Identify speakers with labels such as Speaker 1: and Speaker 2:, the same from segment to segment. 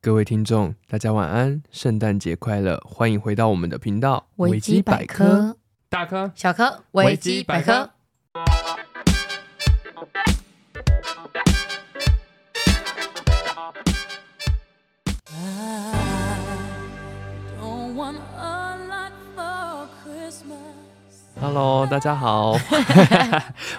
Speaker 1: 各位听众，大家晚安，圣诞节快乐！欢迎回到我们的频道
Speaker 2: 维基百科、
Speaker 1: 大科。
Speaker 2: 小科
Speaker 1: 维基百科。
Speaker 3: Don't want a lot for Christmas.
Speaker 1: Hello，大家 好，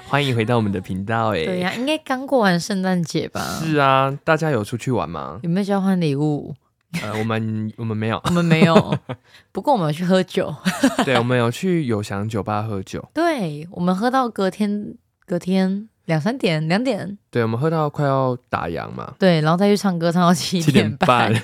Speaker 1: 欢迎回到我们的频道。哎，
Speaker 2: 对呀、应该刚过完圣诞节吧？？
Speaker 1: 是啊，大家有出去玩吗
Speaker 2: 有没有交换礼物？
Speaker 1: 呃，我们 我们没有
Speaker 2: 我，们没有，不过我们有去喝酒。
Speaker 1: 对，我们有去有祥酒吧喝酒，
Speaker 2: 对，我们喝到隔天，隔天两三点、两点，
Speaker 1: 对，我们喝到快要打烊嘛，
Speaker 2: 对，然后再去唱歌，唱到七
Speaker 1: 七点
Speaker 2: 半。
Speaker 1: 半。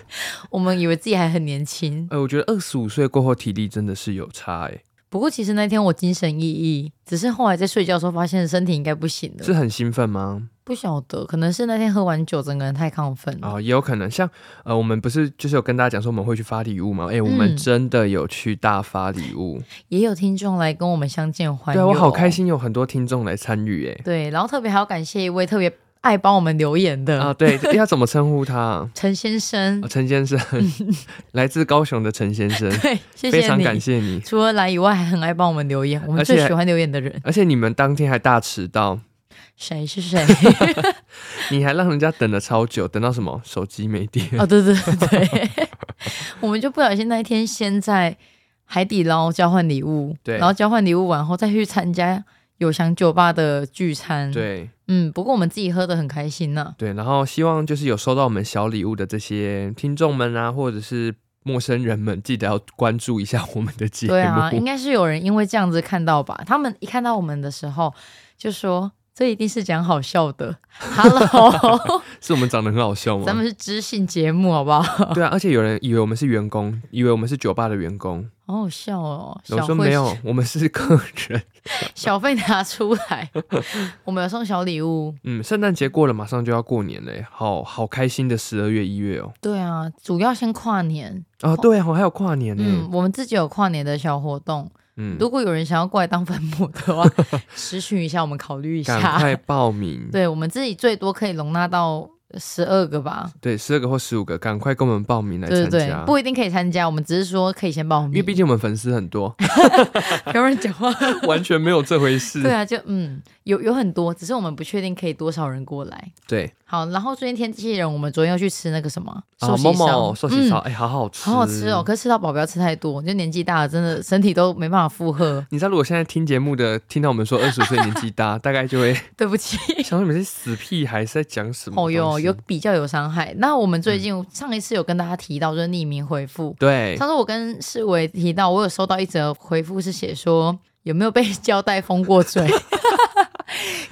Speaker 2: 我们以为自己还很年轻，
Speaker 1: 呃，我觉得二十五岁过后体力真的是有差，哎，
Speaker 2: 不过其实那天我精神奕奕，只是后来在睡觉的时候发现身体应该不行
Speaker 1: 是
Speaker 2: 了。
Speaker 1: 很兴奋吗？
Speaker 2: 不晓得，可能是那天喝完酒，整个人太亢奋了。
Speaker 1: 啊、也有可能像呃，我们不是就是有跟大家讲说我们会去发礼物嘛？哎、我们
Speaker 2: 嗯
Speaker 1: 真的有去大发礼物，
Speaker 2: 也有听众来跟我们相见欢
Speaker 1: 对啊，
Speaker 2: 友，
Speaker 1: 我好开。心，有很多听众来参与哎。
Speaker 2: 对，然后特别还要感谢一位特别爱帮我们留言的、
Speaker 1: 啊，对，要怎么称呼他啊？
Speaker 2: 陈先生
Speaker 1: 啊。陈先 生，来自高雄的陈先生，
Speaker 2: 对，嗯 谢
Speaker 1: 非
Speaker 2: 谢
Speaker 1: 常
Speaker 2: 你。
Speaker 1: 感谢你。
Speaker 2: 除了来以外，还很爱帮我们留言，我
Speaker 1: 而
Speaker 2: 们
Speaker 1: 且
Speaker 2: 最喜欢留言的人，
Speaker 1: 而且你们当天还大迟到，
Speaker 2: 谁 是谁？
Speaker 1: 你还让人家等了超久，等到什么手机没电？
Speaker 2: 哦，对对对对，我们就不小心那一天先在海底捞交换礼物，
Speaker 1: 对
Speaker 2: 然后交换礼物完后再去参加有翔酒吧的聚 餐，，
Speaker 1: 对
Speaker 2: 嗯，不过我们自己喝的很开心呢、
Speaker 1: 对，然后希望就是有收到我们小礼物的这些听众们啊，或者是陌生人们，记得要关注一下我们的节目。
Speaker 2: 对 啊，应该是有人因为这样子看到吧？他们一看到我们的时候就说。这一定是讲好笑的 ，Hello，
Speaker 1: 是我们长得很好笑吗？
Speaker 2: 咱们是知性节目，好不好？
Speaker 1: 对啊，而且有人以为我们是员工，以为我们是酒吧的员工。
Speaker 2: 好好笑哦！小
Speaker 1: 我说
Speaker 2: 慧
Speaker 1: 没有，我们是客人。
Speaker 2: 小费拿出来，我们有送小礼物。
Speaker 1: 嗯，圣诞节过了，马上就要过年了耶，好好开心的十二月、一月哦。
Speaker 2: 对啊，主要先跨年。
Speaker 1: 啊，对哦，还有跨年
Speaker 2: 嗯
Speaker 1: 呢。，
Speaker 2: 我们自己有跨年的小活动，
Speaker 1: 嗯，
Speaker 2: 如果有人想要过来当分母的话， 私讯一下，我们考虑一
Speaker 1: 赶快
Speaker 2: 下。
Speaker 1: 报名。
Speaker 2: 对我们自己最多可以容纳到十二个吧，
Speaker 1: 对，十二个或十五个，赶快跟我们报名来
Speaker 2: 对
Speaker 1: 参
Speaker 2: 对对
Speaker 1: 加，。
Speaker 2: 不一定可以参加，我们只是说可以先报名。
Speaker 1: 因为毕竟我们粉丝很 多，
Speaker 2: 有人讲 话，
Speaker 1: 完全没有这回事。
Speaker 2: 对啊，就嗯，有有很多，只是我们不确定可以多少人过来。
Speaker 1: 对
Speaker 2: 好，然后最近天气冷，我们昨天又去吃那个什么
Speaker 1: 啊，
Speaker 2: 喜
Speaker 1: 某
Speaker 2: 烧，
Speaker 1: 某寿喜
Speaker 2: 嗯
Speaker 1: 烧，哎，好好吃，
Speaker 2: 好好吃哦，。可是吃到饱不要吃太多，就年纪大了，真的身体都没办法 负荷。
Speaker 1: 你知道，如果现在听节目的听到我们说二十岁年纪大，大概就会
Speaker 2: 对不起，
Speaker 1: 想说你们是死屁孩是在讲什么东
Speaker 2: 哦
Speaker 1: 西？
Speaker 2: 哟，有比较有伤害。那我们最近、
Speaker 1: 嗯
Speaker 2: 上一次有跟大家提到，就是匿名回复。
Speaker 1: 对
Speaker 2: 上次我跟世伟提到，我有收到一则回复是写说有没有被胶带封 过嘴。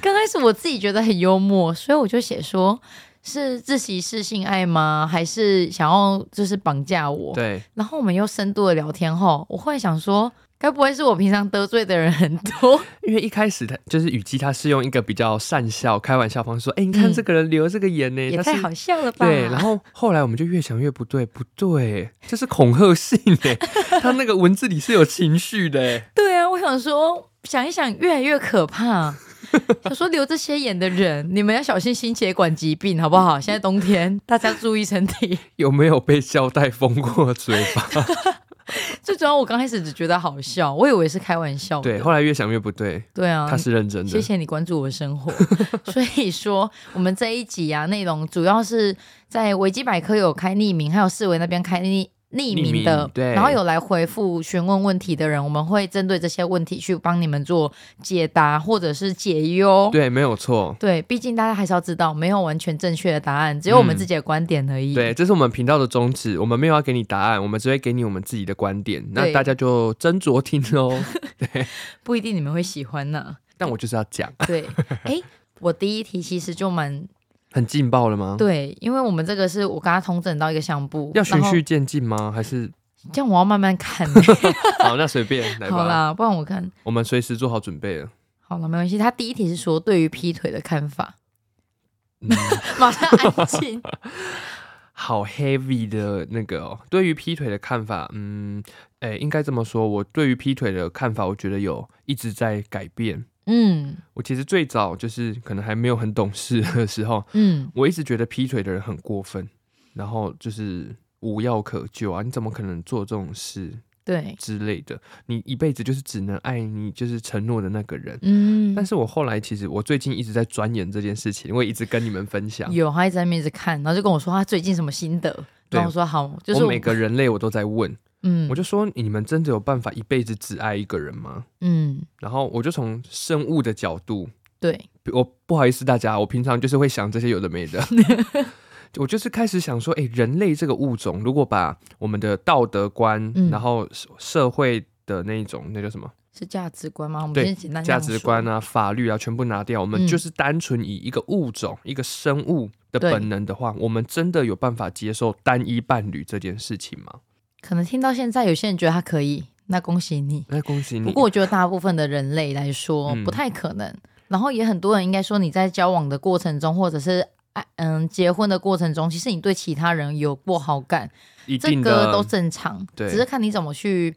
Speaker 2: 刚开始我自己觉得很幽默，所以我就写说是自习室性爱吗？还是想要就是绑架我？
Speaker 1: 对，
Speaker 2: 然后我们又深度的聊天后，我忽然想说，该不会是我平常得罪的人很多？
Speaker 1: 因为一开始他就是雨姬，他是用一个比较善笑、开玩笑方式说：“哎、你看
Speaker 2: 嗯
Speaker 1: 这个人留这个眼呢、
Speaker 2: 也
Speaker 1: 他
Speaker 2: 太
Speaker 1: 是
Speaker 2: 好笑了吧？
Speaker 1: 对，然后后来我们就越想越不对，不对，这是恐吓信哎、他那个文字里是有情绪的、欸，
Speaker 2: 对啊，我想说，想一想，越来越 可怕。想说留这些眼的人，你们要小心心血管疾病，好不好？现在 冬天，大家注意身体。
Speaker 1: 有没有被胶带封过嘴 巴？
Speaker 2: 最主要，我刚开始只觉得好笑，我以为是开玩笑的。
Speaker 1: 对，后来越想越不对，
Speaker 2: 对啊
Speaker 1: 他，是认真的。
Speaker 2: 谢谢你关注我的生活。 所以说，我们这一集啊，内容主要是在维基百科有开匿名，还有四维那边开匿。匿
Speaker 1: 匿
Speaker 2: 名
Speaker 1: 名
Speaker 2: 的，
Speaker 1: 对
Speaker 2: 然后有来回复询问问题的人，我们会针对这些问题去帮你们做解答或者是解忧。
Speaker 1: 对，没有错。
Speaker 2: 对，毕竟大家还是要知道，没有完全正确的答案，只有我们
Speaker 1: 嗯
Speaker 2: 自己的观点而已。
Speaker 1: 对，这是我们频道的宗旨，我们没有要给你答案，我们只会给你我们自己的观点，那
Speaker 2: 对
Speaker 1: 大家就斟酌听哦。
Speaker 2: 不一定你们会喜欢呢、
Speaker 1: 但我就是要讲，
Speaker 2: 对，哎，我第一题其实就蛮
Speaker 1: 很劲爆了吗？
Speaker 2: 对，因为我们这个是我刚刚通整到一个项目，
Speaker 1: 要循
Speaker 2: 然后
Speaker 1: 序渐进吗？还是
Speaker 2: 这样我要慢慢看。
Speaker 1: 好，那随便来
Speaker 2: 好
Speaker 1: 吧。
Speaker 2: 啦，不然我看
Speaker 1: 我们随时做好准备了。
Speaker 2: 好了，没关系。他第一题是说对于劈腿的看法，
Speaker 1: 嗯
Speaker 2: 马上安 静。
Speaker 1: 好 heavy 的那个哦，对于劈腿的看法，嗯，诶，应该这么说，我对于劈腿的看法，我觉得有一直在改变。
Speaker 2: 嗯
Speaker 1: 我其实最早就是可能还没有很懂事的时候，
Speaker 2: 嗯，
Speaker 1: 我一直觉得劈腿的人很过分，然后就是无药可救啊，你怎么可能做这种事
Speaker 2: 对，
Speaker 1: 之类的？你一辈子就是只能爱你就是承诺的那个人。
Speaker 2: 嗯，
Speaker 1: 但是我后来其实我最近一直在钻研这件事情，我也一直跟你们分享。
Speaker 2: 有他一直在那边一直看，然后就跟我说他最近什么心得，
Speaker 1: 对
Speaker 2: 然后我说好，就是
Speaker 1: 我每个人类我都在问，
Speaker 2: 嗯，
Speaker 1: 我就说你们真的有办法一辈子只爱一个人吗？
Speaker 2: 嗯，
Speaker 1: 然后我就从生物的角度，
Speaker 2: 对，
Speaker 1: 我不好意思大家，我平常就是会想这些有的没 的。我就是开始想说，哎、人类这个物种，如果把我们的道德观，
Speaker 2: 嗯
Speaker 1: 然后社社会的那一种，那叫什么
Speaker 2: 是价值观吗？我们
Speaker 1: 对
Speaker 2: 先简单这
Speaker 1: 价
Speaker 2: 样
Speaker 1: 值观
Speaker 2: 说
Speaker 1: 啊、法律啊，全部拿掉，我们
Speaker 2: 嗯
Speaker 1: 就是单纯以一个物种、一个生物的
Speaker 2: 对
Speaker 1: 本能的话，我们真的有办法接受单一伴侣这件事情吗？
Speaker 2: 可能听到现在有些人觉得他可以，那恭喜你。
Speaker 1: 那哎恭喜你。
Speaker 2: 不过我觉得大部分的人类来说
Speaker 1: 嗯
Speaker 2: 不太可能，然后也很多人应该说你在交往的过程中，或者是爱嗯结婚的过程中，其实你对其他人有过好感，
Speaker 1: 一
Speaker 2: 这
Speaker 1: 定的
Speaker 2: 个都正常，
Speaker 1: 对
Speaker 2: 只是看你怎么去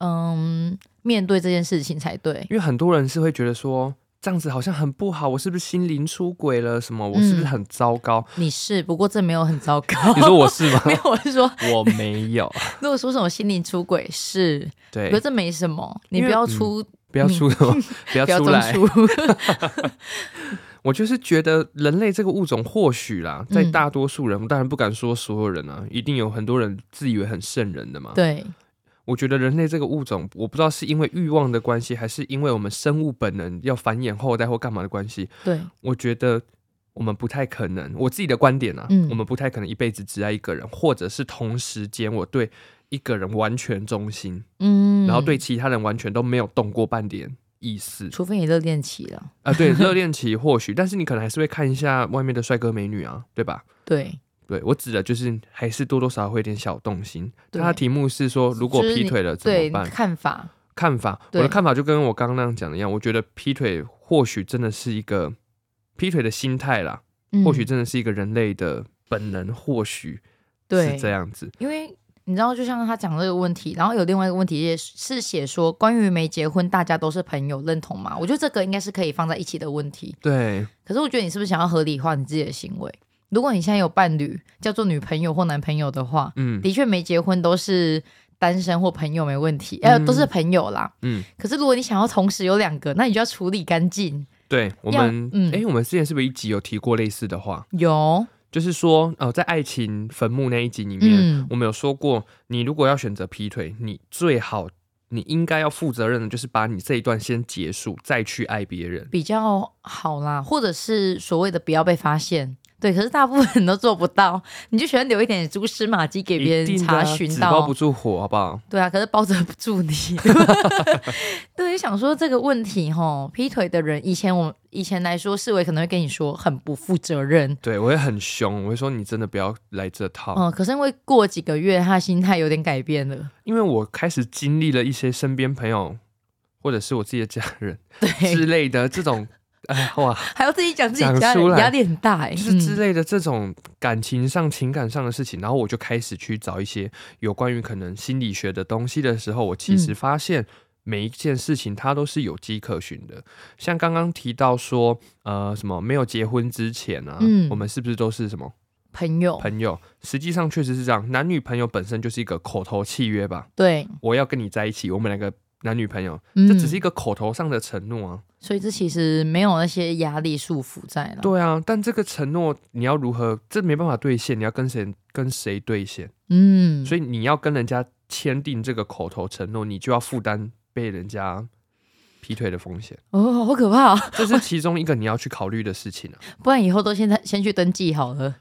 Speaker 2: 嗯面对这件事情才对。
Speaker 1: 因为很多人是会觉得说这样子好像很不好，我是不是心灵出轨了？什么？我是不是
Speaker 2: 嗯
Speaker 1: 很糟糕？
Speaker 2: 你是，不过这没有很糟糕。
Speaker 1: 你说我是吗？
Speaker 2: 嗯 没有，我是说，
Speaker 1: 我没有，
Speaker 2: 如果说什么心灵出轨是，
Speaker 1: 对
Speaker 2: 可是，这没什么，你
Speaker 1: 因为
Speaker 2: 不要出，
Speaker 1: 不要出 什么，不要
Speaker 2: 嗯不要
Speaker 1: 出
Speaker 2: 中
Speaker 1: 来。
Speaker 2: 出，
Speaker 1: 我就是觉得人类这个物种，或许啦，在
Speaker 2: 嗯
Speaker 1: 大多数人，我当然不敢说所有人啊，一定有很多人自以为很圣人的嘛。
Speaker 2: 对，
Speaker 1: 我觉得人类这个物种，我不知道是因为欲望的关系，还是因为我们生物本能要繁衍后代或干嘛的关系，
Speaker 2: 对，
Speaker 1: 我觉得我们不太可能，我自己的观点啊，
Speaker 2: 嗯
Speaker 1: 我们不太可能一辈子只爱一个人，或者是同时间我对一个人完全忠心，
Speaker 2: 嗯，
Speaker 1: 然后对，其他人完全都没有动过半点意思
Speaker 2: 除非你热恋期了，
Speaker 1: 啊、对，热恋期或许，但是你可能还是会看一下外面的帅哥美女啊，对吧？
Speaker 2: 对，
Speaker 1: 对我指的就是还是多多少少会有点小动心。
Speaker 2: 对
Speaker 1: 他的题目是说，如果
Speaker 2: 就是
Speaker 1: 劈
Speaker 2: 你
Speaker 1: 腿了怎
Speaker 2: 对
Speaker 1: 么
Speaker 2: 你
Speaker 1: 办？
Speaker 2: 看法，
Speaker 1: 看法，我
Speaker 2: 对
Speaker 1: 的看法就跟我刚刚那样讲的一样，我觉得劈腿或许真的是一个劈腿的心态啦，
Speaker 2: 嗯
Speaker 1: 或许真的是一个人类的本能，或许
Speaker 2: 对
Speaker 1: 是这，样子。
Speaker 2: 因为。你知道，就像他讲这个问题，然后有另外一个问题也是写说，关于没结婚，大家都是朋友，认同吗？我觉得这个应该是可以放在一起的问题。
Speaker 1: 对，
Speaker 2: 可是我觉得你是不是想要合理化你自己的行为？如果你现在有伴侣，叫做女朋友或男朋友的话，
Speaker 1: 嗯
Speaker 2: 的确没结婚都是单身或朋友没问题，呃，
Speaker 1: 嗯
Speaker 2: 都是朋友啦。
Speaker 1: 嗯，
Speaker 2: 可是如果你想要同时有两个，那你就要处理干净。
Speaker 1: 对，我
Speaker 2: 要
Speaker 1: 们
Speaker 2: 嗯
Speaker 1: 哎、我们之前是不是一集有提过类似的话？
Speaker 2: 有，
Speaker 1: 就是说，呃，在爱情坟墓那一集里面，
Speaker 2: 嗯，
Speaker 1: 我们有说过，你如果要选择劈腿，你最好你应该要负责任的，就是把你这一段先结束，再去爱别人。
Speaker 2: 比较好啦，或者是所谓的不要被发现。对，可是大部分人都做不到，你就喜欢留一点蛛丝马迹给别
Speaker 1: 一
Speaker 2: 人
Speaker 1: 定的
Speaker 2: 查
Speaker 1: 啊
Speaker 2: 询
Speaker 1: 纸
Speaker 2: 到。
Speaker 1: 包不住火，好不好？
Speaker 2: 对啊，可是包着不住你。 对，想说这个问题吼，劈腿的人，以前我以前来说，世伟可能会跟你说很不负责任。
Speaker 1: 对我会很凶，我会说你真的不要来这套，
Speaker 2: 嗯，可是因为过几个月，他心态有点改变了，
Speaker 1: 因为我开始经历了一些身边朋友或者是我自己的家人之
Speaker 2: 对，
Speaker 1: 类的这种，哎哇，
Speaker 2: 还要自己讲自己家
Speaker 1: 讲出
Speaker 2: 人
Speaker 1: 来
Speaker 2: 压力很 大哎、欸，
Speaker 1: 就是之
Speaker 2: 嗯
Speaker 1: 类的这种感情上、情感上的事情，然后我就开始去找一些有关于可能心理学的东西的时候，我其实
Speaker 2: 嗯
Speaker 1: 发现每一件事情它都是有迹可循的。像刚刚提到说，呃，什么没有结婚之前啊，
Speaker 2: 嗯
Speaker 1: 我们是不是都是什么
Speaker 2: 朋友，
Speaker 1: 朋友？实际上确实是这样，男女朋友本身就是一个口头契约吧，
Speaker 2: 对，
Speaker 1: 我要跟你在一起，我们两个男女朋友，
Speaker 2: 嗯，
Speaker 1: 这只是一个口头上的承诺啊。
Speaker 2: 所以这其实没有那些压力束缚在了，
Speaker 1: 对啊，但这个承诺你要如何？这没办法兑现，你要跟谁跟谁兑现？
Speaker 2: 嗯，
Speaker 1: 所以你要跟人家签订这个口头承诺，你就要负担被人家劈腿的风 险，
Speaker 2: 哦，好可怕、哦！
Speaker 1: 这是其中一个你要去考虑的事情啊。
Speaker 2: 不然以后都现在先去登记好了。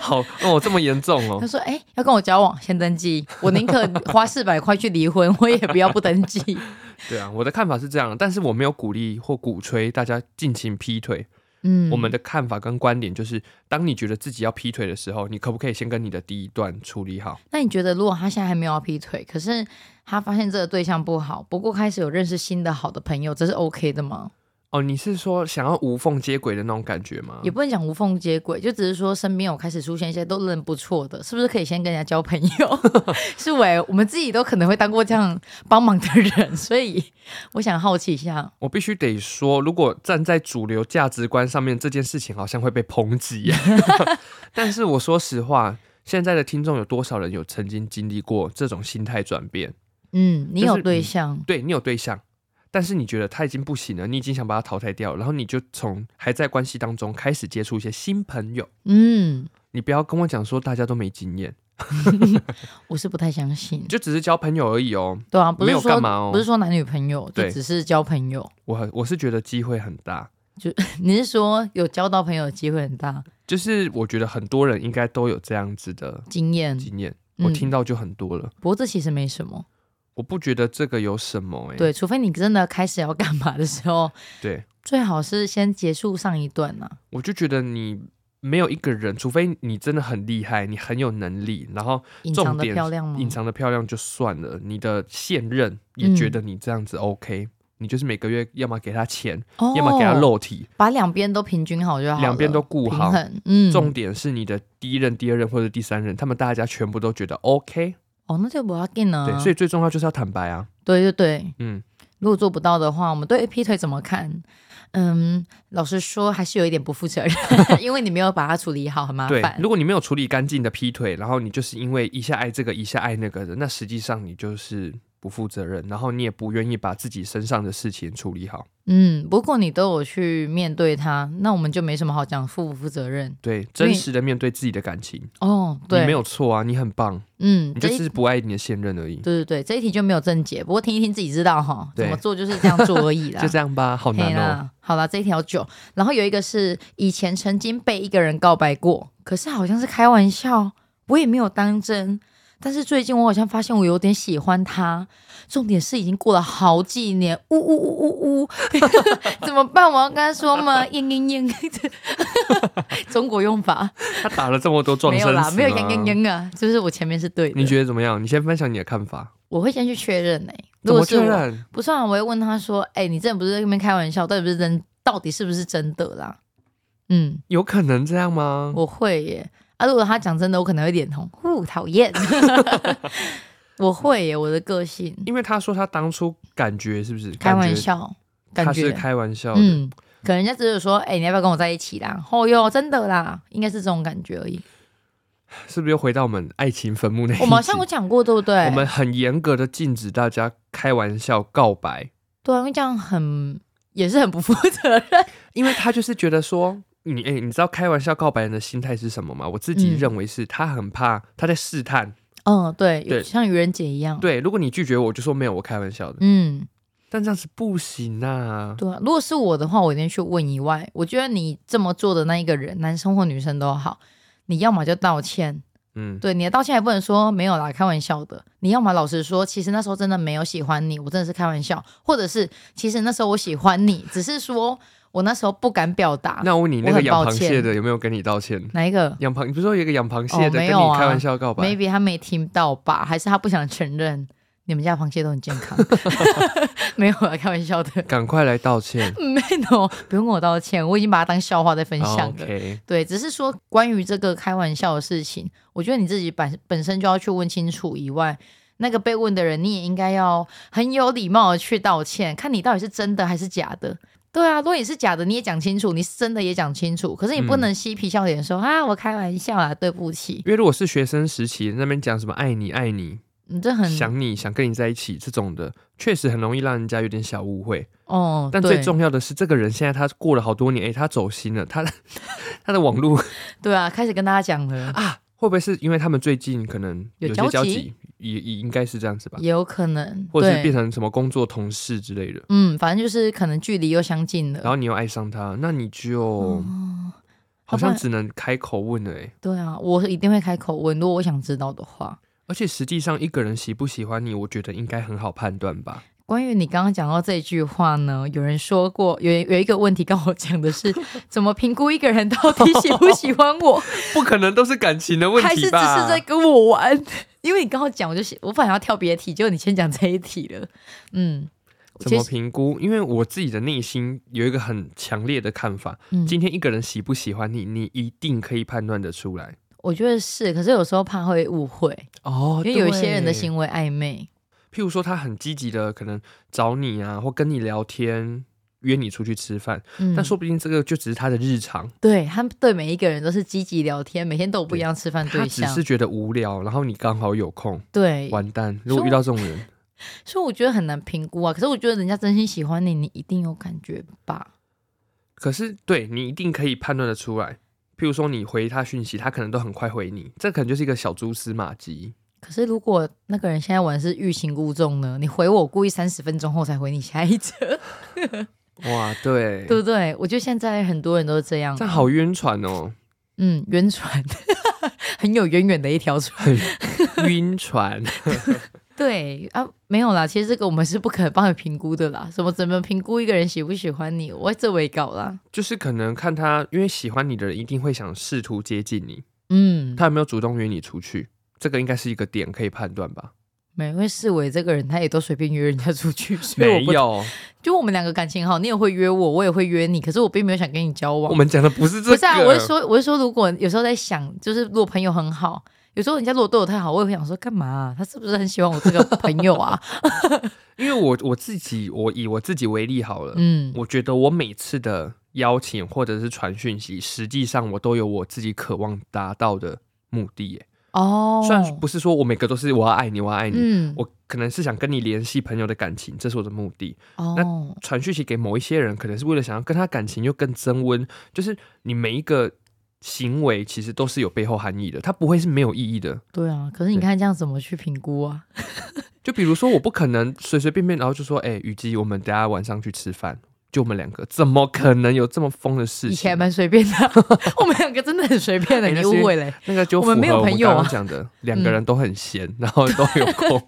Speaker 1: 好哦，这么严重
Speaker 2: 他
Speaker 1: 哦，
Speaker 2: 说：“哎、要跟我交往，先登记。我宁可花四百块去离婚，我也不要不登 记。
Speaker 1: 对啊，我的看法是这样，但是我没有鼓励或鼓吹大家尽情劈腿。”
Speaker 2: 嗯，
Speaker 1: 我们的看法跟观点就是，当你觉得自己要劈腿的时候，你可不可以先跟你的第一段处理好？
Speaker 2: 那你觉得，如果他现在还没有要劈腿，可是他发现这个对象不好，不过开始有认识新的好的朋友，这是 OK 的吗？
Speaker 1: 哦，你是说想要无缝接轨的那种感觉吗？
Speaker 2: 也不能讲无缝接轨，就只是说身边有开始出现一些都人不错的，是不是可以先跟人家交朋 友？是喂，我们自己都可能会当过这样帮忙的人，所以我想好奇一下，
Speaker 1: 我必须得说，如果站在主流价值观上面，这件事情好像会被抨击耶。 但是我说实话，现在的听众有多少人有曾经经历过这种心态转变？
Speaker 2: 嗯，你
Speaker 1: 就
Speaker 2: 有
Speaker 1: 是
Speaker 2: 对
Speaker 1: 你
Speaker 2: 象，
Speaker 1: 对你有对象，但是你觉得他已经不行了，你已经想把他淘汰掉，然后你就从还在关系当中开始接触一些新朋友。
Speaker 2: 嗯，
Speaker 1: 你不要跟我讲说大家都没经验，
Speaker 2: 我是不太相信
Speaker 1: 你。就只是交朋友而已哦。
Speaker 2: 对啊，不
Speaker 1: 没
Speaker 2: 是
Speaker 1: 有
Speaker 2: 说、
Speaker 1: 干嘛哦
Speaker 2: 不是说男女朋友，就
Speaker 1: 对
Speaker 2: 只是交朋友。
Speaker 1: 我很我是觉得机会很大，
Speaker 2: 你是说有交到朋友的机会很大，
Speaker 1: 就是我觉得很多人应该都有这样子的
Speaker 2: 经验？
Speaker 1: 经验，
Speaker 2: 嗯
Speaker 1: 我听到就很多了。
Speaker 2: 不过这其实没什么，
Speaker 1: 我不觉得这个有什么哎、
Speaker 2: 对，除非你真的开始要干嘛的时候，
Speaker 1: 对，
Speaker 2: 最好是先结束上一段啊呐、
Speaker 1: 我就觉得你没有一个人，除非你真的很厉害，你很有能力，然后
Speaker 2: 隐
Speaker 1: 重
Speaker 2: 藏的
Speaker 1: 点
Speaker 2: 漂亮吗？
Speaker 1: 隐藏的漂亮就算了，你的现任也
Speaker 2: 嗯
Speaker 1: 觉得你这样子 OK，、你就是每个月要么给他钱，
Speaker 2: 哦
Speaker 1: 要么给他，肉体，
Speaker 2: 把两边都平均好就好了，
Speaker 1: 两边都顾
Speaker 2: 平
Speaker 1: 好。
Speaker 2: 衡。嗯，
Speaker 1: 重点是你的第一任、第二任或者第三任，他们大家全部都觉得 OK，、
Speaker 2: 哦，那就不要紧了。
Speaker 1: 对，所以最重要就是要坦白啊，
Speaker 2: 对对对，
Speaker 1: 嗯，
Speaker 2: 如果做不到的话，我们对劈腿怎么看？嗯，老实说，还是有一点不负责任， 因为你没有把它处理好，很麻
Speaker 1: 对。
Speaker 2: 烦。
Speaker 1: 如果你没有处理干净的劈腿，然后你就是因为一下爱这个一下爱那个的，那实际上你就是不负责任，然后你也不愿意把自己身上的事情处理好。
Speaker 2: 嗯，不过你都有去面对它，那我们就没什么好讲负不负责任。
Speaker 1: 对，真实的面对自己的感情，
Speaker 2: 哦，
Speaker 1: 你
Speaker 2: 对，
Speaker 1: 没有错啊，你很棒，
Speaker 2: 嗯，
Speaker 1: 你
Speaker 2: 这
Speaker 1: 就
Speaker 2: 一
Speaker 1: 是不爱你的现任而已，
Speaker 2: 对对对，这一题就没有正解，不过听一听自己知道哈，
Speaker 1: 对
Speaker 2: 怎么做就是这样做而已 啦。
Speaker 1: 就这样吧，好难
Speaker 2: 嘿
Speaker 1: 哦。
Speaker 2: 啦，好啦，这一条九，然后有一个是以前曾经被一个人告白过，可是好像是开玩笑，我也没有当真。但是最近我好像发现我有点喜欢他，重点是已经过了好几年，呜呜呜呜 呜，怎么办？我要跟他 说吗？应应应，中国用法
Speaker 1: 他打了这么多撞
Speaker 2: 没
Speaker 1: 生
Speaker 2: 有啦，
Speaker 1: 词
Speaker 2: 没有
Speaker 1: 吗
Speaker 2: 应应应啊，就是我前面是对的。
Speaker 1: 你觉得怎么样？你先分享你的看法。
Speaker 2: 我会先去确认呢、
Speaker 1: 怎
Speaker 2: 如
Speaker 1: 么
Speaker 2: 果是
Speaker 1: 确
Speaker 2: 我
Speaker 1: 认？
Speaker 2: 不算，我会问他说：“哎、你这不是在那边开玩笑，到底不是真，到底是不是真的啦？”嗯，
Speaker 1: 有可能这样吗？
Speaker 2: 我会耶。啊，如果他讲真的，我可能会脸红，呼，讨厌。 我会耶，我的个性，
Speaker 1: 因为他说他当初感觉是不是
Speaker 2: 开玩？笑，
Speaker 1: 感觉
Speaker 2: 感
Speaker 1: 他是
Speaker 2: 觉，
Speaker 1: 开玩笑的。
Speaker 2: 嗯，可能人家只是说：“哎、你要不要跟我在一起啦？”哦哟，真的啦，应该是这种感觉 而已。哦
Speaker 1: 是不是又回到我们爱情坟墓那一集？
Speaker 2: 我们好像有讲过，对不对？
Speaker 1: 我们很严格的禁止大家开玩笑告白，
Speaker 2: 对啊，因为这样很也是很不负责任。
Speaker 1: 因为他就是觉得说。 你哎、你知道开玩笑告白人的心态是什么吗？我自己
Speaker 2: 嗯
Speaker 1: 认为是他很怕他在试探。
Speaker 2: 嗯，对，
Speaker 1: 对
Speaker 2: 像愚人节一样。
Speaker 1: 对，如果你拒绝我，我就说没有，我开玩笑的。
Speaker 2: 嗯，
Speaker 1: 但这样是不行啊。
Speaker 2: 对啊，如果是我的话，我一定去问以外，我觉得你这么做的那一个人，男生或女生都好，你要么就道歉，
Speaker 1: 嗯，
Speaker 2: 对，你的道歉也不能说没有啦，开玩笑的。你要么老实说，其实那时候真的没有喜欢你，我真的是开玩笑，或者是其实那时候我喜欢你，只是说我那时候不敢表达。
Speaker 1: 那我问你，那
Speaker 2: 啊我
Speaker 1: 个
Speaker 2: 很
Speaker 1: 养
Speaker 2: 抱
Speaker 1: 螃
Speaker 2: 歉
Speaker 1: 蟹的有没有跟你道歉？
Speaker 2: 哪一个
Speaker 1: 养螃，你不是说有一个养螃
Speaker 2: 哦
Speaker 1: 蟹的、
Speaker 2: 没
Speaker 1: 跟
Speaker 2: 有
Speaker 1: 你
Speaker 2: 啊
Speaker 1: 开玩笑告白？
Speaker 2: ？maybe 他没听到吧，还是他不想承认？你们家螃蟹都很 健康，没有啊，开玩笑的。
Speaker 1: 赶快来道歉。
Speaker 2: 没有，不用跟我道歉，我已经把它当笑话在分享了。
Speaker 1: OK，
Speaker 2: 对，只是说关于这个开玩笑的事情，我觉得你自己本本身就要去问清楚以外，那个被问的人你也应该要很有礼貌的去道歉，看你到底是真的还是假的。对啊，如果你是假的，你也讲清楚；你是真的也讲清楚。可是你不
Speaker 1: 嗯
Speaker 2: 能嬉皮笑脸说、啊，我开玩笑啊，对不起，
Speaker 1: 因为如果是学生时期那边讲什么爱你爱你、
Speaker 2: 你嗯这很
Speaker 1: 想你想跟你在一起这种的，确实很容易让人家有点小误会。
Speaker 2: 哦。
Speaker 1: 但
Speaker 2: 对
Speaker 1: 最重要的是，这个人现在他过了好多年，哎、他走心了，他 他的网络
Speaker 2: 对啊，开始跟大家讲了，
Speaker 1: 啊，会不会是因为他们最近可能
Speaker 2: 有
Speaker 1: 有
Speaker 2: 交
Speaker 1: 些交
Speaker 2: 集
Speaker 1: 集，也也应该是这样子吧？
Speaker 2: 也有可能，
Speaker 1: 或者是
Speaker 2: 对
Speaker 1: 变成什么工作同事之类的，
Speaker 2: 嗯，反正就是可能距离又相近了。
Speaker 1: 然后你又爱上他，那你就
Speaker 2: 哦
Speaker 1: 好
Speaker 2: 要不
Speaker 1: 像
Speaker 2: 然
Speaker 1: 只能开口问了、哎。
Speaker 2: 对啊，我一定会开口问，如果我想知道的话。
Speaker 1: 而且实际上，一个人喜不喜欢你，我觉得应该很好判断吧。
Speaker 2: 关于你刚刚讲到这句话呢，有人说过，有有一个问题跟我讲 的是，怎么评估一个人到底喜不喜欢我，
Speaker 1: 不可能都是感情 的问
Speaker 2: 还是只
Speaker 1: 题
Speaker 2: 是
Speaker 1: 吧？
Speaker 2: 在跟我玩？因为你刚刚讲，我就想我本来要跳别的题，结果你先讲这一题了。嗯，
Speaker 1: 怎么评估？因为我自己的内心有一个很强烈的看法：
Speaker 2: 嗯
Speaker 1: 今天一个人喜不喜欢你，你一定可以判断得出来。
Speaker 2: 我觉得是，可是有时候怕会误会，
Speaker 1: 哦
Speaker 2: 因为有一些人的
Speaker 1: 为，
Speaker 2: 行为暧昧。
Speaker 1: 譬如说他很积极的，可能找你啊，或跟你聊天。约你出去吃饭，
Speaker 2: 嗯
Speaker 1: 但说不定这个就只是他的日常，
Speaker 2: 对他们对每一个人都是积极聊天，每天都有不一样吃饭
Speaker 1: 他
Speaker 2: 对
Speaker 1: 只
Speaker 2: 象。
Speaker 1: 是觉得无聊，然后你刚好有空，
Speaker 2: 对，
Speaker 1: 完蛋！如果遇到这种人，
Speaker 2: 所以我觉得很难评估啊。可是我觉得人家真心喜欢你，你一定有感觉吧？
Speaker 1: 可是对你一定可以判断的出来。譬如说你回他讯息，他可能都很快回你，这可能就是一个小蛛丝马迹。
Speaker 2: 可是如果那个人现在玩的是欲擒故纵呢？你回我，故意三十分钟后才回你下一 则，
Speaker 1: 哇，对，
Speaker 2: 对不对？我觉得现在很多人都是这样
Speaker 1: 这，样好晕船 哦，
Speaker 2: 嗯，晕船， 很有渊源的一条船。
Speaker 1: 晕船。
Speaker 2: 对啊，没有啦，其实这个我们是不可能帮你评估的啦。什么怎么评估一个人喜不喜欢你，我这为搞啦。
Speaker 1: 就是可能看他，因为喜欢你的人一定会想试图接近你，
Speaker 2: 嗯，
Speaker 1: 他有没有主动约你出去，这个应该是一个点可以判断吧？
Speaker 2: 没，因为世伟这个人他也都随便约人家出去，所以我
Speaker 1: 没
Speaker 2: 不
Speaker 1: 有，
Speaker 2: 就我们两个感情好，你也会约我，我也会约你，可是我并没有想跟你交往。
Speaker 1: 我们讲的不是这个。
Speaker 2: 不是啊，我是说，我是说，如果有时候在想，就是如果朋友很好，有时候人家如果对我太好，我也会想说，干嘛啊、他是不是很喜欢我这个朋友 啊？
Speaker 1: 因为我我自己，我以我自己为例好了，
Speaker 2: 嗯，
Speaker 1: 我觉得我每次的邀请或者是传讯息，实际上我都有我自己渴望达到的目的耶。
Speaker 2: 哦，
Speaker 1: 虽然不是说我每个都是我要爱你，我要爱你，
Speaker 2: 嗯，
Speaker 1: 我可能是想跟你联系朋友的感情，这是我的目的。
Speaker 2: 哦，
Speaker 1: 传讯息给某一些人，可能是为了想要跟他感情又更增温，就是你每一个行为其实都是有背后含义的，它不会是没有意义的。
Speaker 2: 对啊，可是你
Speaker 1: 对
Speaker 2: 看这样怎么去评估啊？
Speaker 1: 就比如说，我不可能随随便便，然后就说，哎、雨姬，我们等下晚上去吃饭，就我们两个，怎么可能有这么疯的事
Speaker 2: 以前还
Speaker 1: 情？
Speaker 2: 蛮随便的， 我们两个真的很随便的，
Speaker 1: 哎那
Speaker 2: 你
Speaker 1: 是
Speaker 2: 误会嘞。
Speaker 1: 那个就
Speaker 2: 我
Speaker 1: 符合
Speaker 2: 们没有
Speaker 1: 我们
Speaker 2: 朋友啊嗯
Speaker 1: 刚刚讲的，两个人都很闲，然后都有空。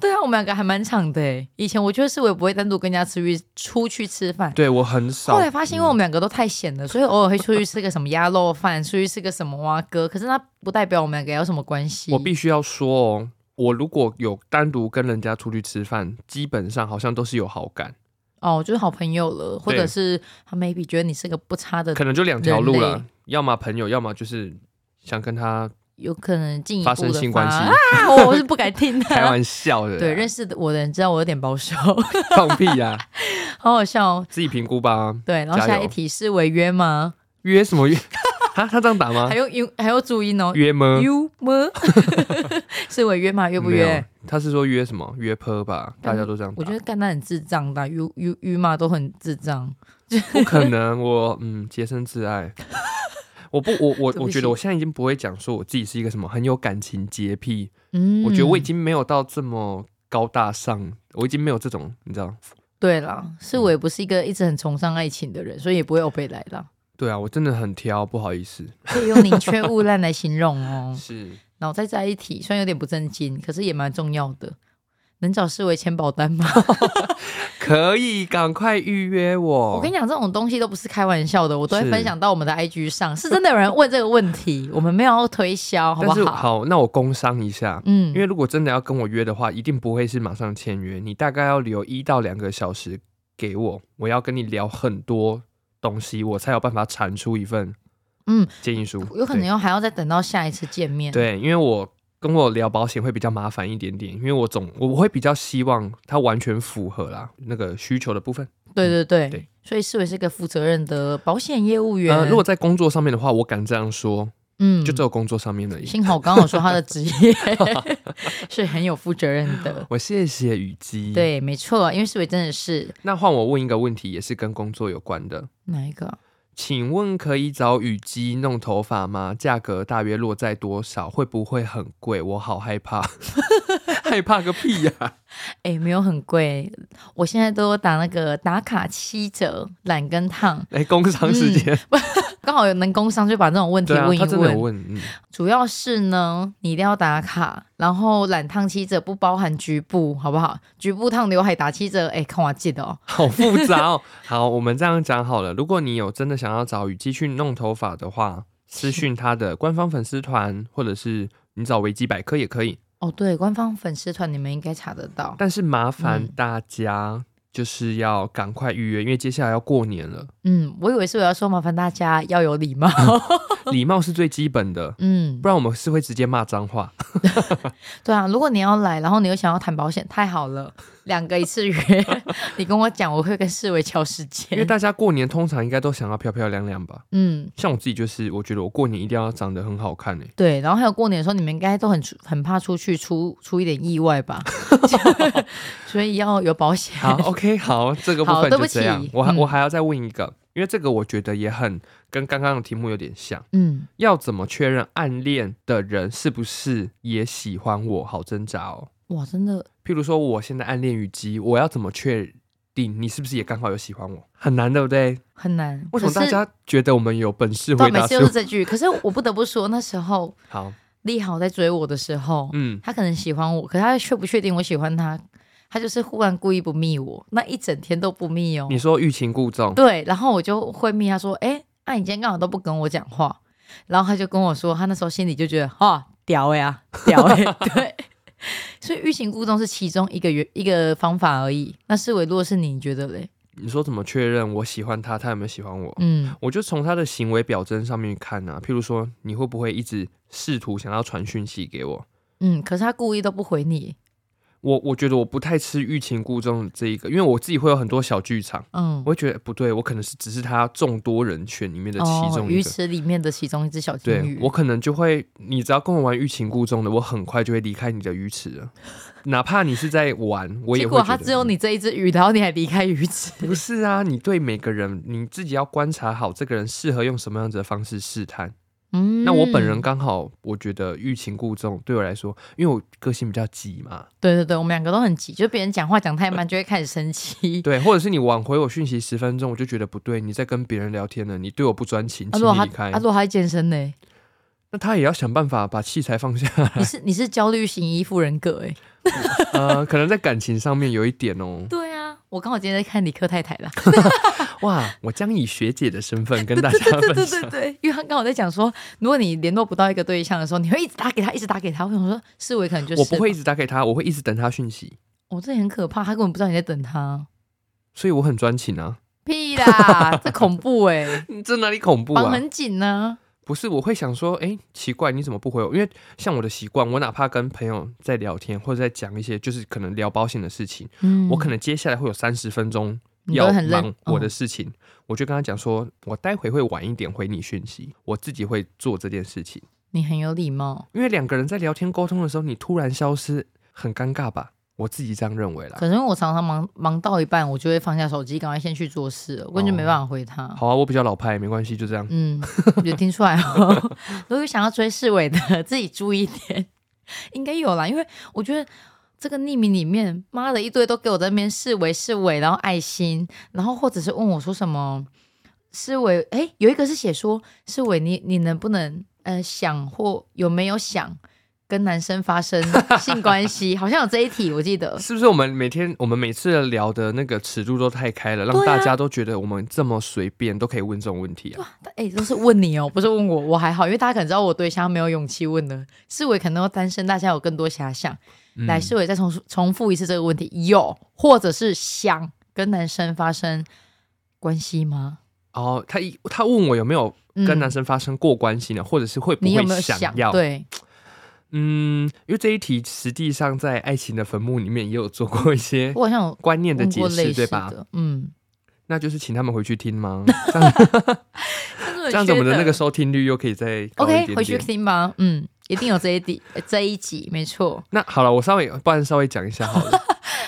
Speaker 2: 对啊，我们两个还蛮长的诶。以前我觉得是我也不会单独跟人家出去出去吃饭，
Speaker 1: 对我很少。
Speaker 2: 后来发现，因为我们两个都太闲了，所以偶尔会出去吃个什么鸭肉饭，出去吃个什么蛙哥。可是那不代表我们两个有什么关系。
Speaker 1: 嗯我必须要说哦，我如果有单独跟人家出去吃饭，基本上好像都是有好感，
Speaker 2: 哦，就是好朋友了，或者是他 maybe 觉得你是个不差的，
Speaker 1: 可能就两条路
Speaker 2: 人
Speaker 1: 了，要么朋友，要么就是想跟他
Speaker 2: 有可能进一步
Speaker 1: 发
Speaker 2: 的
Speaker 1: 生性关系。
Speaker 2: 啊，我是不敢听的、
Speaker 1: 开玩笑的啦，
Speaker 2: 对，认识我的人知道我有点保守，
Speaker 1: 放屁呀、
Speaker 2: 好好笑哦。
Speaker 1: 自己评估吧。
Speaker 2: 对，然后
Speaker 1: 加油
Speaker 2: 下一题是违约吗？
Speaker 1: 约什 么约？啊，他这样打吗
Speaker 2: 还？有 u 还有注音哦
Speaker 1: 约吗？
Speaker 2: ，u 么 是违约吗？约不
Speaker 1: 没
Speaker 2: 约嗯
Speaker 1: 有？？他是说约什么？约坡吧，大家都这样打。
Speaker 2: 我觉得干那很智障的啊，u u u 嘛都很智障。
Speaker 1: 不可能，我嗯，洁身自 爱。我不，我我
Speaker 2: 对不
Speaker 1: 我
Speaker 2: 起
Speaker 1: 觉得我现在已经不会讲说我自己是一个什么很有感情洁癖，
Speaker 2: 嗯，
Speaker 1: 我觉得我已经没有到这么高大上，我已经没有这种，你知道？
Speaker 2: 对啦，是我也不是一个一直很崇尚爱情的人，所以也不会有被来啦。
Speaker 1: 对啊，我真的很挑，不好意思。。
Speaker 2: 可以用宁缺毋滥来形容哦
Speaker 1: 是
Speaker 2: 然后再在一起，虽然有点不正经，可是也蛮重要的。能找视为签保单 吗？
Speaker 1: 可以赶快预约我。
Speaker 2: 我跟你讲，这种东西都不是开玩笑的，我都会
Speaker 1: 是
Speaker 2: 分享到我们的 IG 上，是真的有人问这个问题，我们没有要推销，好不
Speaker 1: 但是
Speaker 2: 好？
Speaker 1: 好，那我工商一下，
Speaker 2: 嗯
Speaker 1: 因为如果真的要跟我约的话，一定不会是马上签约，你大概要留一到两个小时给我，我要跟你聊很多东西，我才有办法产出一份
Speaker 2: 嗯，
Speaker 1: 建议书。
Speaker 2: 有可能
Speaker 1: 对
Speaker 2: 要还要再等到下一次见面。，
Speaker 1: 对，因为我跟我聊保险会比较麻烦一点点，因为我总我会比较希望它完全符合啦那个需求的部分。
Speaker 2: 对对对，
Speaker 1: 对
Speaker 2: 所以视为是个负责任的保险业务员。
Speaker 1: 呃，如果在工作上面的话，我敢这样说，
Speaker 2: 嗯
Speaker 1: 就只有工作上面而已。
Speaker 2: 幸好我刚好说他的职 业是很有负责任的。
Speaker 1: 我谢谢雨姬。，
Speaker 2: 对，没错，因为思维真的是
Speaker 1: 那换我问一个问题，也是跟工作有关的。
Speaker 2: 哪一个啊？
Speaker 1: 请问可以找雨姬弄头发吗？价格大约落在多少？会不会很贵？我好害怕， 害怕个屁呀、
Speaker 2: 哎、没有很贵，我现在都打那个打卡七折懒跟烫，
Speaker 1: 来、工商时间，
Speaker 2: 刚好有能工商就把这种问题
Speaker 1: 对啊
Speaker 2: 嗯问，一
Speaker 1: 他真的有
Speaker 2: 问。
Speaker 1: 问，嗯，
Speaker 2: 主要是呢，你一定要打卡，然后懒烫七折不包含局部，好不好？局部烫刘海打七折，哎、看我记得哦。
Speaker 1: 好复杂 哦。好，我们这样讲好了。如果你有真的想要找雨姬去弄头发的话，私讯他的官方粉丝团，或者是你找维基百科也可以。
Speaker 2: 哦，对，官方粉丝团你们应该查得到。
Speaker 1: 但是麻烦
Speaker 2: 嗯
Speaker 1: 大家就是要赶快预约，因为接下来要过年了，
Speaker 2: 嗯，我以为是我要说麻烦大家要有礼 貌。
Speaker 1: 礼貌是最基本的，
Speaker 2: 嗯
Speaker 1: 不，然我们是会直接骂脏话。
Speaker 2: 对啊，如果你要来，然后你又想要谈保险，太好了，两个一次约， 你跟我讲，我会跟世伟敲时
Speaker 1: 因为
Speaker 2: 间。
Speaker 1: 大家过年通常应该都想要漂漂亮亮吧。
Speaker 2: 嗯，
Speaker 1: 像我自己就是，我觉得我过年一定要长得很好看欸诶、
Speaker 2: 对。然后还有过年的时候，你们应该都很出很怕出去出出一点意 外吧，所以要有保险。
Speaker 1: 好，OK，好，这个部
Speaker 2: 好
Speaker 1: 分
Speaker 2: 对
Speaker 1: 就
Speaker 2: 不
Speaker 1: 这样
Speaker 2: 起。
Speaker 1: 我还、
Speaker 2: 嗯
Speaker 1: 我还要再问一个，因为这个我觉得也很跟刚刚的题目有点像，
Speaker 2: 嗯，
Speaker 1: 要怎么确认暗恋的人是不是也喜欢我？好挣扎哦。
Speaker 2: 哇，真的
Speaker 1: 譬如说，我现在暗恋雨姬，我要怎么确定你是不是也刚好有喜欢我？很难，对不对？
Speaker 2: 很难。
Speaker 1: 为什么
Speaker 2: 可
Speaker 1: 大
Speaker 2: 是
Speaker 1: 家觉得我们有本事
Speaker 2: 对
Speaker 1: 回
Speaker 2: 每
Speaker 1: 答
Speaker 2: 次
Speaker 1: 出
Speaker 2: 都是？这句？可是我不得不说，那时候
Speaker 1: 好，
Speaker 2: 丽豪在追我的时候，
Speaker 1: 嗯，
Speaker 2: 他可能喜欢我，可他却不确定我喜欢他，他就是忽然故意不密我，那一整天都不密哦。
Speaker 1: 你说欲擒故纵，
Speaker 2: 对，然后我就会密他说，哎、那、你今天刚好都不跟我讲话，然后他就跟我说，他那时候心里就觉得，哈，屌呀、屌哎、 对。所以欲擒故纵是其中一个原一个方法而已。那思维，如果是你，你觉得嘞？
Speaker 1: 你说怎么确认我喜欢他，他有没有喜欢我？
Speaker 2: 嗯
Speaker 1: 我就从他的行为表征上面看啊，譬如说，你会不会一直试图想要传讯息给我？
Speaker 2: 嗯，可是他故意都不回你，
Speaker 1: 我我觉得我不太吃欲擒故纵这一个，因为我自己会有很多小剧场，
Speaker 2: 嗯
Speaker 1: 我，会觉得不对，我可能是只是他众多人选里面的其
Speaker 2: 哦，
Speaker 1: 中一
Speaker 2: 鱼
Speaker 1: 个。
Speaker 2: 池里面的其中一只小金
Speaker 1: 对
Speaker 2: 鱼，
Speaker 1: 我可能就会，你只要跟我玩欲擒故纵的，我很快就会离开你的鱼池了。哪怕你是在玩，我也
Speaker 2: 结
Speaker 1: 会觉
Speaker 2: 果
Speaker 1: 得。嗯
Speaker 2: 他只有你这一只鱼，然后你还离开鱼池，
Speaker 1: 不是啊，你对每个人，你自己要观察好这个人适合用什么样子的方式试探。
Speaker 2: 嗯，
Speaker 1: 那我本人刚好，我觉得欲擒故纵对我来说，因为我个性比较急嘛，
Speaker 2: 对对对，我们两个都很急，就别人讲话讲太慢就会开始生气。
Speaker 1: 对，或者是你挽回我讯息十分钟，我就觉得不对，你在跟别人聊天呢，你对我不专情，
Speaker 2: 啊，
Speaker 1: 请
Speaker 2: 如果
Speaker 1: 你
Speaker 2: 他
Speaker 1: 离开。
Speaker 2: 啊，如果他在健身呢？
Speaker 1: 那他也要想办法把器材放下，
Speaker 2: 你是你是焦虑型依附人格
Speaker 1: 欸
Speaker 2: 哎、
Speaker 1: 呃，可能在感情上面有一点哦。
Speaker 2: 对啊，我刚好今天在看理科太太啦。
Speaker 1: 哇，我将以学姐的身份 跟大家
Speaker 2: 对
Speaker 1: 分
Speaker 2: 对
Speaker 1: 享。
Speaker 2: 对对，因为他刚好在讲说，如果你联络不到一个对象的时候，你会一直打给他，一直打给他。我想说，思维可能就是
Speaker 1: 我不会一，直打给他，我会一直等他讯息，
Speaker 2: 我、这也很可怕，他根本不知道你在 等他。
Speaker 1: 所以我很专情啊。
Speaker 2: 屁啦，这恐怖哎、
Speaker 1: 嗯这哪里恐 怖
Speaker 2: 绑
Speaker 1: 啊？
Speaker 2: 很紧呢、
Speaker 1: 不是，我会想说，哎、奇怪，你怎么不回我？因为像我的习惯，我哪怕跟朋友在聊天，或者在讲一些就是可能聊保险的事情，
Speaker 2: 嗯，
Speaker 1: 我可能接下来会有三十分钟
Speaker 2: 你都
Speaker 1: 要
Speaker 2: 会很嗯认
Speaker 1: 忙我的事情，我就跟他讲说，我待会会晚一点回你讯息，我自己会做这件事情。
Speaker 2: 你很有礼貌，
Speaker 1: 因为两个人在聊天沟通的时候，你突然消失，很尴尬吧？我自己这样认为啦。
Speaker 2: 可能我常常忙忙到一半，我就会放下手机，赶快先去做事了，我根本就没办法回他。
Speaker 1: 好啊，我比较老派，没关系，就这样。
Speaker 2: 嗯，有听出来哦。 如果有想要追世伟的， 自己注意一点， 应该有啦。因为我觉得这个匿名里面，妈的一堆都给我在那边世伟世伟，然后爱心，然后或者是问我说什么世伟，诶，有一个是写说世伟，你你能不能呃想或有没有想跟男生发生性关系？好像有这一题，我记得。
Speaker 1: 是不是我们每天我们每次聊的那个尺度都太开了，让
Speaker 2: 对啊
Speaker 1: 大家都觉得我们这么随便都可以问这种问题啊？
Speaker 2: 哎、都是问你哦，不是问我，我还好，因为大家可能知道我对象没有勇气问的，世伟可能要单身，大家有更多遐想。
Speaker 1: 嗯
Speaker 2: 来，世伟再重述重复一次这个问题：有或者是想跟男生发生关系吗？
Speaker 1: 哦，他一他问我有没有跟男
Speaker 2: 生，
Speaker 1: 生发生过关系呢，或者是会不
Speaker 2: 嗯你有没有
Speaker 1: 会
Speaker 2: 想？
Speaker 1: 要？
Speaker 2: 对，
Speaker 1: 嗯，因为这一题实际上在《爱情的坟墓》里面也有做过一些
Speaker 2: 我好像有
Speaker 1: 观念的
Speaker 2: 问
Speaker 1: 解
Speaker 2: 过类
Speaker 1: 释，对
Speaker 2: 似
Speaker 1: 吧？
Speaker 2: 的，嗯，
Speaker 1: 那就是请他们回去听 吗？这样这样子我们的那个收听率又可以再高一
Speaker 2: OK
Speaker 1: 点
Speaker 2: 回去
Speaker 1: 点。
Speaker 2: 听吧，嗯，一定有这一集这一集，没错，
Speaker 1: 那好了，我稍微不然稍微讲一下好了，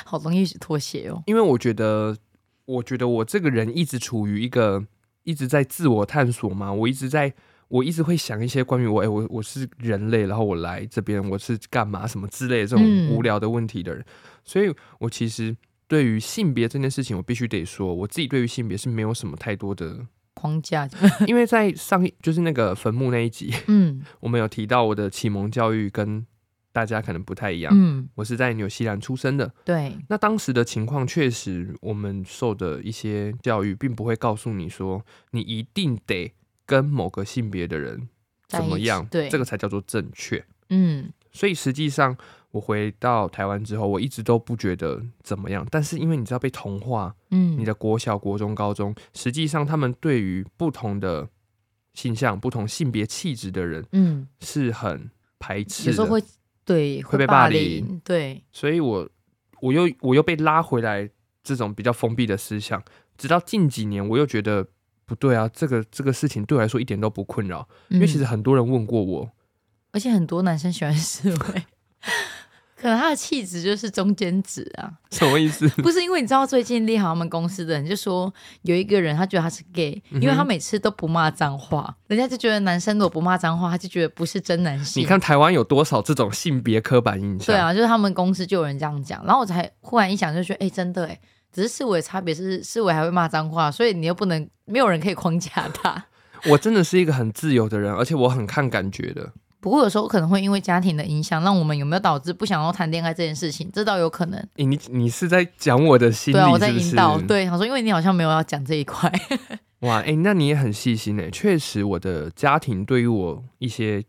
Speaker 2: 好容易妥协哦，
Speaker 1: 因为我觉得，我觉得我这个人一直处于一个一直在自我探索嘛，我一直在。我一直会想一些关于我，哎、我我是人类，然后我来这边我是干嘛什么之类的这
Speaker 2: 嗯
Speaker 1: 种无聊的问题的人，所以我其实对于性别这件事情，我必须得说，我自己对于性别是没有什么太多的，
Speaker 2: 框架，
Speaker 1: 因为在上一就是那个坟墓那一集，
Speaker 2: 嗯
Speaker 1: 我们有提到我的启蒙教育跟大家可能不太一样。
Speaker 2: 嗯，
Speaker 1: 我是在纽西兰出生的，
Speaker 2: 对，
Speaker 1: 那当时的情况确实，我们受的一些教育并不会告诉你说你一定得跟某个性别的人
Speaker 2: 在一
Speaker 1: 怎
Speaker 2: 起
Speaker 1: 么样，
Speaker 2: 对
Speaker 1: 这个才叫做正确。
Speaker 2: 嗯
Speaker 1: 所以实际上，我回到台湾之后，我一直都不觉得怎么样。但是因为你知道被同化，
Speaker 2: 嗯，
Speaker 1: 你的国小、国中、高中，实际上他们对于不同的性向、不同性别气质的人，
Speaker 2: 嗯，
Speaker 1: 是很排斥的，
Speaker 2: 有时候会对
Speaker 1: 会被霸
Speaker 2: 霸
Speaker 1: 凌
Speaker 2: 对，
Speaker 1: 所以我我又我又被拉回来这种比较封闭的思想，直到近几年，我又觉得不对啊，这个这个事情对我来说一点都不困扰，因为其
Speaker 2: 嗯
Speaker 1: 实很多人问过我，
Speaker 2: 而且很多男生喜欢示威，可能他的气质就是中间值 啊。
Speaker 1: 什么意思？
Speaker 2: 不是因为你知道最近丽豪他们公司的人就说有一个人他觉得他是 gay，、因为
Speaker 1: 嗯
Speaker 2: 他每次都不骂脏话，人家就觉得男生如果不骂脏话，他就觉得不是真男性。
Speaker 1: 你看台湾有多少这种性别刻板印象？
Speaker 2: 对，啊，就是他们公司就有人这样讲，然后我才忽然一想，就觉得哎、诶真的哎、只是思维差别是思维还会骂脏话，所以你又不能没有人可以框架他。
Speaker 1: 我真的是一个很自由的人，而且我很看感觉的。
Speaker 2: 不过有时候可能会因为家庭的影响，让我们有没有导致不想要谈恋爱这件事情，这倒有可能。
Speaker 1: 诶你你是在讲我的心理
Speaker 2: 对啊，我在
Speaker 1: 是不
Speaker 2: 引
Speaker 1: 是？
Speaker 2: 导。对，想说因为你好像没有要讲这一块，
Speaker 1: 哇，哎、那你也很细心呢。确实，我的家庭对于我一些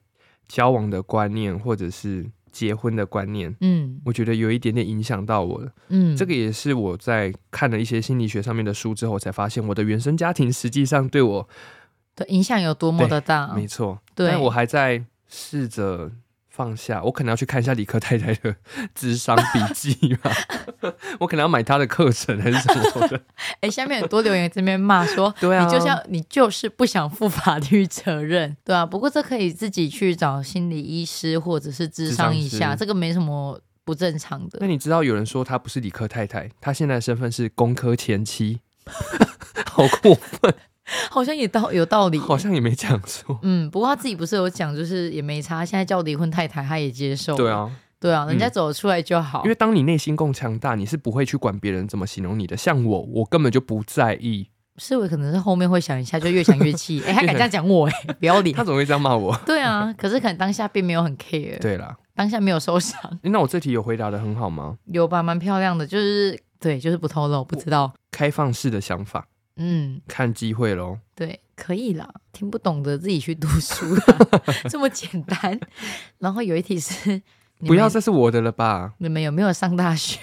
Speaker 1: 交往的观念，或者是结婚的观念，
Speaker 2: 嗯
Speaker 1: 我觉得有一点点影响到我了。
Speaker 2: 嗯，
Speaker 1: 这个也是我在看了一些心理学上面的书之后，才发现我的原生家庭实际上对我、
Speaker 2: 对影响有多么的大啊
Speaker 1: 没，错，
Speaker 2: 对
Speaker 1: 但我还在试着。放下，我可能要去看一下理科太太的智商笔记 吧，我可能要买她的课程还是什么的。，
Speaker 2: 哎，下面很多留言这边骂 说
Speaker 1: 对啊
Speaker 2: 你就是要你就是不想负法律责任， 对啊。不过这可以自己去找心理医师或者是智商一
Speaker 1: 咨商
Speaker 2: 下，
Speaker 1: 师
Speaker 2: 这个没什么不正常
Speaker 1: 那
Speaker 2: 的。
Speaker 1: 你知道有人说她不是理科太太，她现在的身份是工科前 妻，好过分，
Speaker 2: 好像也道有道理。
Speaker 1: 好像也没讲错。
Speaker 2: 嗯，不过他自己不是有讲，就是也没差。现在叫离婚太太，他也接受。
Speaker 1: 对，啊，
Speaker 2: 对啊，人家
Speaker 1: 嗯
Speaker 2: 走得出来就好。
Speaker 1: 因为当你内心够强大，你是不会去管别人怎么形容你的。像我，我根本就不在 意，
Speaker 2: 思维可能是后面会想一下，就越想越 气。哎、他敢这样讲我、哎，不要脸
Speaker 1: 他。怎么会这样骂 我？
Speaker 2: 对 啊，可是可能当下并没有很 care，
Speaker 1: 对啦，
Speaker 2: 当下没有受伤，
Speaker 1: 诶那我这题有回答的很好吗？
Speaker 2: 有吧？蛮漂亮的，就是对，就是不透露，不知道。
Speaker 1: 开放式的想法，
Speaker 2: 嗯，
Speaker 1: 看机会喽。
Speaker 2: 对，可以啦。听不懂的自己去读书 啦，这么简单。然后有一题是，你
Speaker 1: 不
Speaker 2: 们
Speaker 1: 要，这是我的了吧？
Speaker 2: 你们有没有上大学？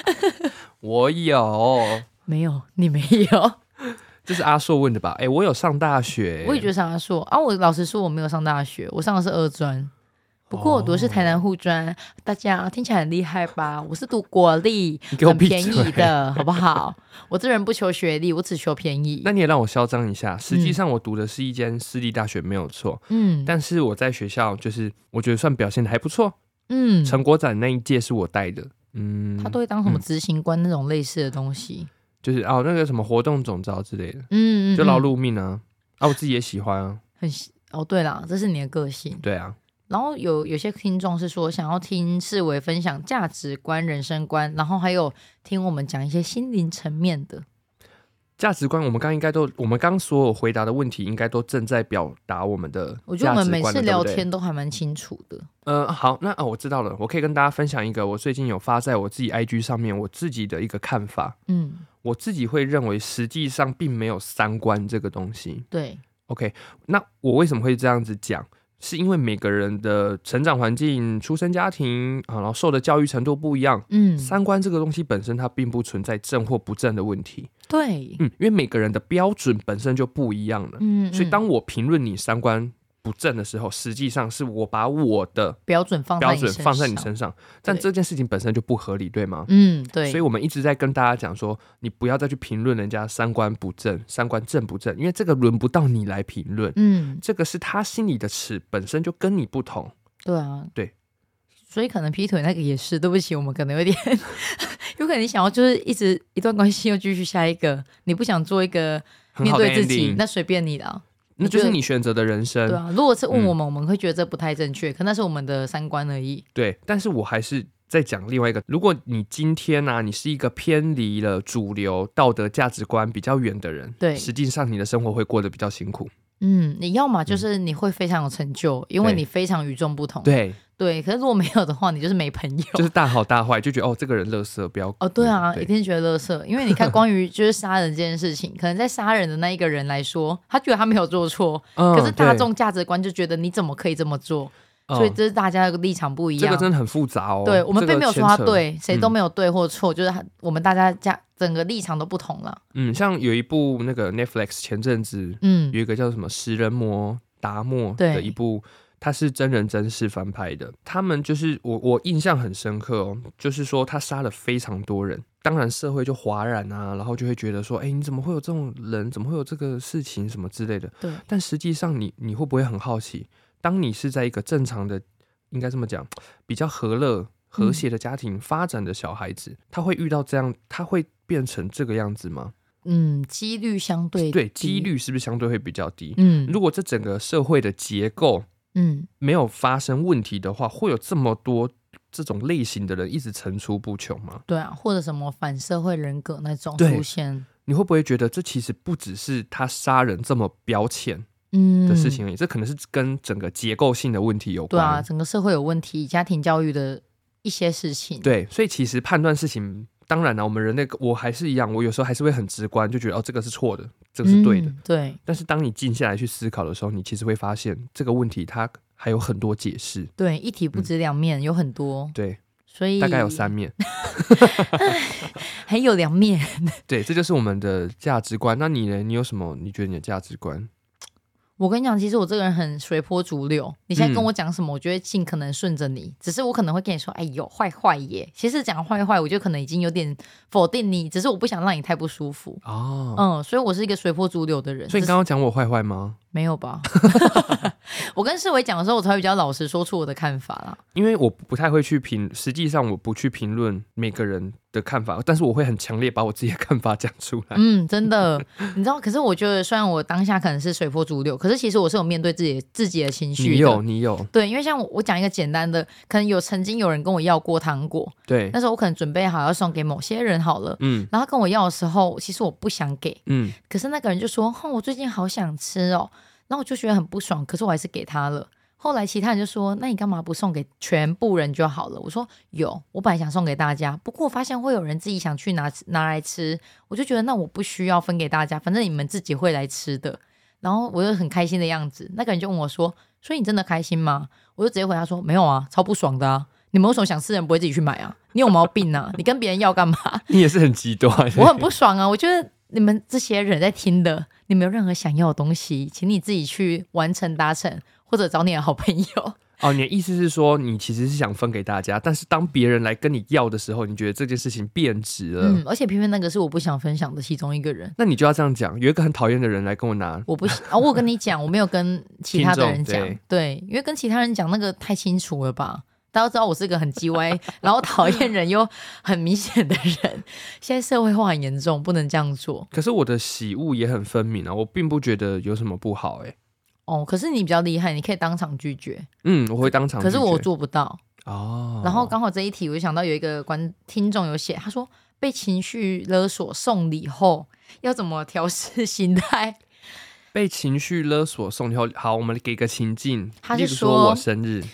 Speaker 1: 我有，
Speaker 2: 没有，你没有。
Speaker 1: 这是阿硕问的 吧？哎、我有上大学、
Speaker 2: 我也觉
Speaker 1: 得
Speaker 2: 得上大硕啊，我老实说我没有上大学，我上的是二专。不过我读的是台
Speaker 1: 哦
Speaker 2: 南护专，大家听起来很厉害吧？我是读国立，
Speaker 1: 你给我
Speaker 2: 很
Speaker 1: 闭
Speaker 2: 便宜
Speaker 1: 嘴
Speaker 2: 的，好不好？我这人不求学历，我只求便 宜
Speaker 1: 那。你也让我嚣张一下。实际
Speaker 2: 嗯
Speaker 1: 上，我读的是一间私立大学，没有错。
Speaker 2: 嗯
Speaker 1: 但是我在学校就是我觉得算表现的还不错，
Speaker 2: 嗯，
Speaker 1: 成果展那一届是我带的，嗯，
Speaker 2: 他都会当什么执行官那种类似的东西。
Speaker 1: 就是哦那个什么活动总招之类的，
Speaker 2: 嗯，嗯
Speaker 1: 就劳
Speaker 2: 嗯
Speaker 1: 碌命啊，啊我自己也喜欢啊，
Speaker 2: 很喜哦，对啦，这是你的个性。
Speaker 1: 对啊，
Speaker 2: 然后有有些听众是说想要听世伟分享价值观、人生观，然后还有听我们讲一些心灵层面的。
Speaker 1: 价值观我们刚刚应该都，我们刚刚所有回答的问题应该都正在表达我们的
Speaker 2: 我觉
Speaker 1: 价
Speaker 2: 得我们
Speaker 1: 值
Speaker 2: 每
Speaker 1: 观了
Speaker 2: 次聊，
Speaker 1: 对不对
Speaker 2: 天都还蛮清楚的。
Speaker 1: 呃好，那哦我知道了，我可以跟大家分享一个我最近有发在我自己 IG 上面我自己的一个看法。
Speaker 2: 嗯，
Speaker 1: 我自己会认为，实际上并没有三观这个东西。
Speaker 2: 对，
Speaker 1: OK，那我为什么会这样子讲？是因为每个人的成长环境、出生家庭啊，然后受的教育程度不一样。
Speaker 2: 嗯，
Speaker 1: 三观这个东西本身它并不存在正或不正的问题，
Speaker 2: 对，
Speaker 1: 嗯，因为每个人的标准本身就不一样了。
Speaker 2: 嗯，
Speaker 1: 所以
Speaker 2: 嗯
Speaker 1: 当我评论你三观不正的时候，实际上是我把我的
Speaker 2: 标准放
Speaker 1: 标
Speaker 2: 你
Speaker 1: 准放在你身上，但
Speaker 2: 对
Speaker 1: 这件事情本身就不合理，对吗？
Speaker 2: 嗯，对，
Speaker 1: 所以我们一直在跟大家讲说，你不要再去评论人家三观不正、三观正不正，因为这个轮不到你来评论。
Speaker 2: 嗯，
Speaker 1: 这个是他心里的尺本身就跟你不同，
Speaker 2: 对啊，
Speaker 1: 对，
Speaker 2: 所以可能劈腿那个也是，对不起，我们可能有点， 有可能你想要就是一直一段关系又继续下一个，你不想做一个
Speaker 1: 很
Speaker 2: 面
Speaker 1: 好的
Speaker 2: 对自己，
Speaker 1: ending，
Speaker 2: 那随便你啦。
Speaker 1: 那就
Speaker 2: 我觉
Speaker 1: 是
Speaker 2: 得
Speaker 1: 你选择的人生。
Speaker 2: 对啊，如果是问
Speaker 1: 嗯
Speaker 2: 我们，我们会觉得这不太正确，可那是我们的三观而已。
Speaker 1: 对但是我还是在讲另外一个，如果你今天呢、啊，你是一个偏离了主流道德价值观比较远的人，
Speaker 2: 对
Speaker 1: 实际上你的生活会过得比较辛苦。
Speaker 2: 嗯，你要么就是你会非常有成就，因为
Speaker 1: 对
Speaker 2: 你非常与众不同。
Speaker 1: 对，
Speaker 2: 对，哦可是如果没有的话，你就是没朋友。
Speaker 1: 就是大好大坏，就觉得哦，这个人乐色，不要
Speaker 2: 哦，对啊，
Speaker 1: 嗯
Speaker 2: 一定是觉得乐色，因为你 看，关于就是杀人这件事情，可能在杀人的那一个人来说，他觉得他没有做错，
Speaker 1: 嗯
Speaker 2: 可是大
Speaker 1: 对
Speaker 2: 众价值观就觉得你怎么可以这么做，
Speaker 1: 嗯
Speaker 2: 所以这是大家的立场不一
Speaker 1: 这
Speaker 2: 样
Speaker 1: 个。真的很复杂哦。
Speaker 2: 对我们
Speaker 1: 这个
Speaker 2: 并没有说他
Speaker 1: 牵扯，
Speaker 2: 对，谁都
Speaker 1: 嗯
Speaker 2: 没有对或错，就是他我们大家价整个立场都不同了。
Speaker 1: 嗯，像有一部那个 Netflix 前阵子
Speaker 2: 嗯
Speaker 1: 有一个叫什么《食人魔达莫》
Speaker 2: 对
Speaker 1: 的一部它是真人真事翻拍的。他们就是我我印象很深刻哦，就是说他杀了非常多人，当然社会就哗然啊，然后就会觉得说，哎，你怎么会有这种人？怎么会有这个事情什么之类的？
Speaker 2: 对
Speaker 1: 但实际上你你会不会很好奇，当你是在一个正常的，应该这么讲，比较和乐。
Speaker 2: 嗯
Speaker 1: 和谐的家庭发展的小孩子，他会遇到这样，他会变成这个样子吗？
Speaker 2: 嗯，几率相对
Speaker 1: 对，
Speaker 2: 低
Speaker 1: 几，率是不是相对会比较低？
Speaker 2: 嗯
Speaker 1: 如果这整个社会的结构
Speaker 2: 嗯，
Speaker 1: 没有发生问题的话，会有这么多这种类型的人一直层出不穷吗？
Speaker 2: 对啊，或者什么反社会人格那种
Speaker 1: 对
Speaker 2: 出现，
Speaker 1: 你会不会觉得这其实不只是他杀人这么标签
Speaker 2: 嗯
Speaker 1: 的事情嗯而已？这可能是跟整个结构性的问题有
Speaker 2: 对
Speaker 1: 关。
Speaker 2: 啊，整个社会有问题，家庭教育的一些事情，
Speaker 1: 对所以其实判断事情，当然了，我们人类我还是一样，我有时候还是会很直观，就觉得哦，这个是错的，这
Speaker 2: 嗯，
Speaker 1: 个是对的。
Speaker 2: 对
Speaker 1: 但是当你静下来去思考的时候，你其实会发现这个问题它还有很多解释。
Speaker 2: 对，一体不止两面，有很多，
Speaker 1: 对，
Speaker 2: 所以
Speaker 1: 嗯大概有三，面。
Speaker 2: 还有两面。
Speaker 1: 对，这就是我们的价值观。那你呢？你有什么？你觉得你的价值观？
Speaker 2: 我跟你讲，其实我这个人很随波逐流。你现在跟
Speaker 1: 嗯
Speaker 2: 我讲什么，我就会尽可能顺着你。只是我可能会跟你说：“哎呦，坏坏耶！”其实讲坏坏，我就可能已经有点否定你，只是我不想让你太不舒服。
Speaker 1: 哦，
Speaker 2: 嗯，所以我是一个随波逐流的人。
Speaker 1: 所以你
Speaker 2: 只是
Speaker 1: 刚刚讲我坏坏吗？
Speaker 2: 没有吧？ 我跟世伟讲的时候，我才会比较老实说出我的看法啦。
Speaker 1: 因为我不太会去评，实际上我不去评论每个人的看法，但是我会很强烈把我自己的看法讲出 来。
Speaker 2: 嗯，真的，你知道？可是我觉得，虽然我当下可能是随波逐流，可是其实我是有面对自己自己的情绪
Speaker 1: 你
Speaker 2: 的。
Speaker 1: 有，你有，
Speaker 2: 对，因为像我，我讲一个简单的，可能有曾经有人跟我要过糖果，
Speaker 1: 对
Speaker 2: 那，时候我可能准备好要送给某些人好了，
Speaker 1: 嗯
Speaker 2: 然后他跟我要的时候，其实我不想给，
Speaker 1: 嗯，
Speaker 2: 可是那个人就说：“哼、我最近好想吃哦。”然后我就觉得很不爽，可是我还是给他了。后来其他人就说：“那你干嘛不送给全部人就好了？”我说：“有，我本来想送给大家，不过我发现会有人自己想去拿拿来吃，我就觉得那我不需要分给大家，反正你们自己会来吃的。”然后我就很开心的样子，那个人就问我说：“所以你真的开心吗？”我就直接回答说：“没有啊，超不爽的啊！你们为什么想吃的人不会自己去买啊？你有毛病啊？你跟别人要干嘛？”
Speaker 1: 你也是很极端。
Speaker 2: 我很不爽啊！我觉得你们这些人在听的，你们有任何想要的东西，请你自己去完成达成，或者找你的好朋 友。
Speaker 1: 哦，你的意思是说，你其实是想分给大家，但是当别人来跟你要的时候，你觉得这件事情变质了，
Speaker 2: 嗯，而且偏偏那个是我不想分享的其中一个人。
Speaker 1: 那你就要这样讲。有一个很讨厌的人来跟我拿，
Speaker 2: 我不喜啊、我跟你讲，我没有跟其他的人
Speaker 1: 听
Speaker 2: 讲
Speaker 1: 众，
Speaker 2: 对，因为跟其他人讲那个太清楚了吧？大家都知道我是个很叽歪，然后讨厌人又很明显的人。现在社会化很严重，不能这样做
Speaker 1: 可是我的喜恶也很分明啊，我并不觉得有什么不好、欸。哎，
Speaker 2: 哦。可是你比较厉害，你可以当场拒绝，
Speaker 1: 嗯，我会当场拒
Speaker 2: 可
Speaker 1: 绝。
Speaker 2: 是我做不到。
Speaker 1: 哦，
Speaker 2: 然后刚好这一题，我就想到有一个观听众有写，他说被情绪勒索送礼后要怎么调试心态？
Speaker 1: 被情绪勒索送礼后，好，我们给个情境，
Speaker 2: 他
Speaker 1: 例
Speaker 2: 是
Speaker 1: 如
Speaker 2: 说
Speaker 1: 我生日，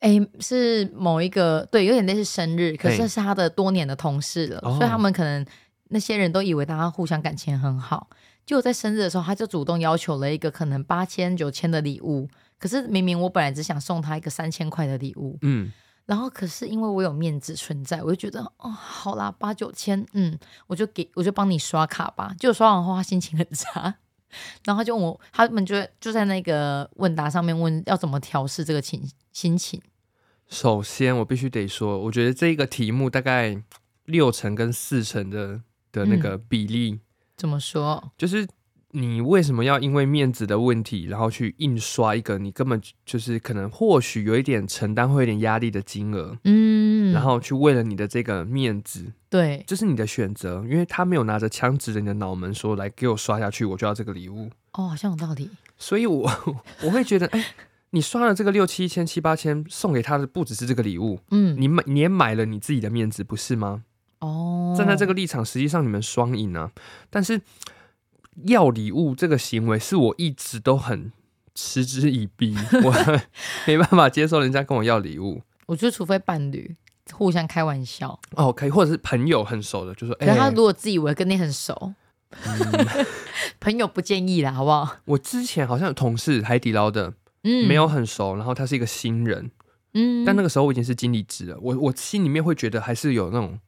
Speaker 2: 诶，哎是某一个对，有点类似生日，可是
Speaker 1: 嘿
Speaker 2: 这是他的多年的同事了，
Speaker 1: 哦
Speaker 2: 所以他们可能那些人都以为大家互相感情很好。就在生日的时候，他就主动要求了一个可能八千九千的礼物，可是明明我本来只想送他一个三千块的礼物，
Speaker 1: 嗯，
Speaker 2: 然后可是因为我有面子存在，我就觉得哦，好啦，八九千，嗯，我就给我就帮你刷卡吧。结果刷完后，他心情很差， 然后他就问我，他们就就在那个问答上面问要怎么调试这个情心情。
Speaker 1: 首先我必须得说，我觉得这个题目大概六成跟四成的的那个
Speaker 2: 嗯
Speaker 1: 比例，
Speaker 2: 怎么说？
Speaker 1: 就是你为什么要因为面子的问题，然后去印刷一个你根本就是可能或许有一点承担会有点压力的金额，
Speaker 2: 嗯，
Speaker 1: 然后去为了你的这个面子，
Speaker 2: 对，
Speaker 1: 这是你的选择，因为他没有拿着枪指着你的脑门说来给我刷下去，我就要这个礼物。
Speaker 2: 哦，好像有道理。
Speaker 1: 所以我 我会觉得，哎、你刷了这个六七千、七八千，送给他的不只是这个礼物，
Speaker 2: 嗯，
Speaker 1: 你买你也买了你自己的面子，不是吗？
Speaker 2: 哦，
Speaker 1: 站在这个立场，实际上你们双赢啊。但是要礼物这个行为，是我一直都很嗤之以 鼻，我没办法接受人家跟我要礼物。
Speaker 2: 我觉得除非伴侣互相开玩笑，
Speaker 1: 哦，可以，或者是朋友很熟的，就说，
Speaker 2: 可
Speaker 1: 哎、
Speaker 2: 是他如果自以为跟你很熟，
Speaker 1: 嗯
Speaker 2: 朋友不建议啦，好不好？
Speaker 1: 我之前好像有同事海底捞的，
Speaker 2: 嗯，
Speaker 1: 没有，很熟，然后他是一个新人，
Speaker 2: 嗯，
Speaker 1: 但那
Speaker 2: 个
Speaker 1: 个时候我已经是经理职了，我我心里面会觉得还是有那种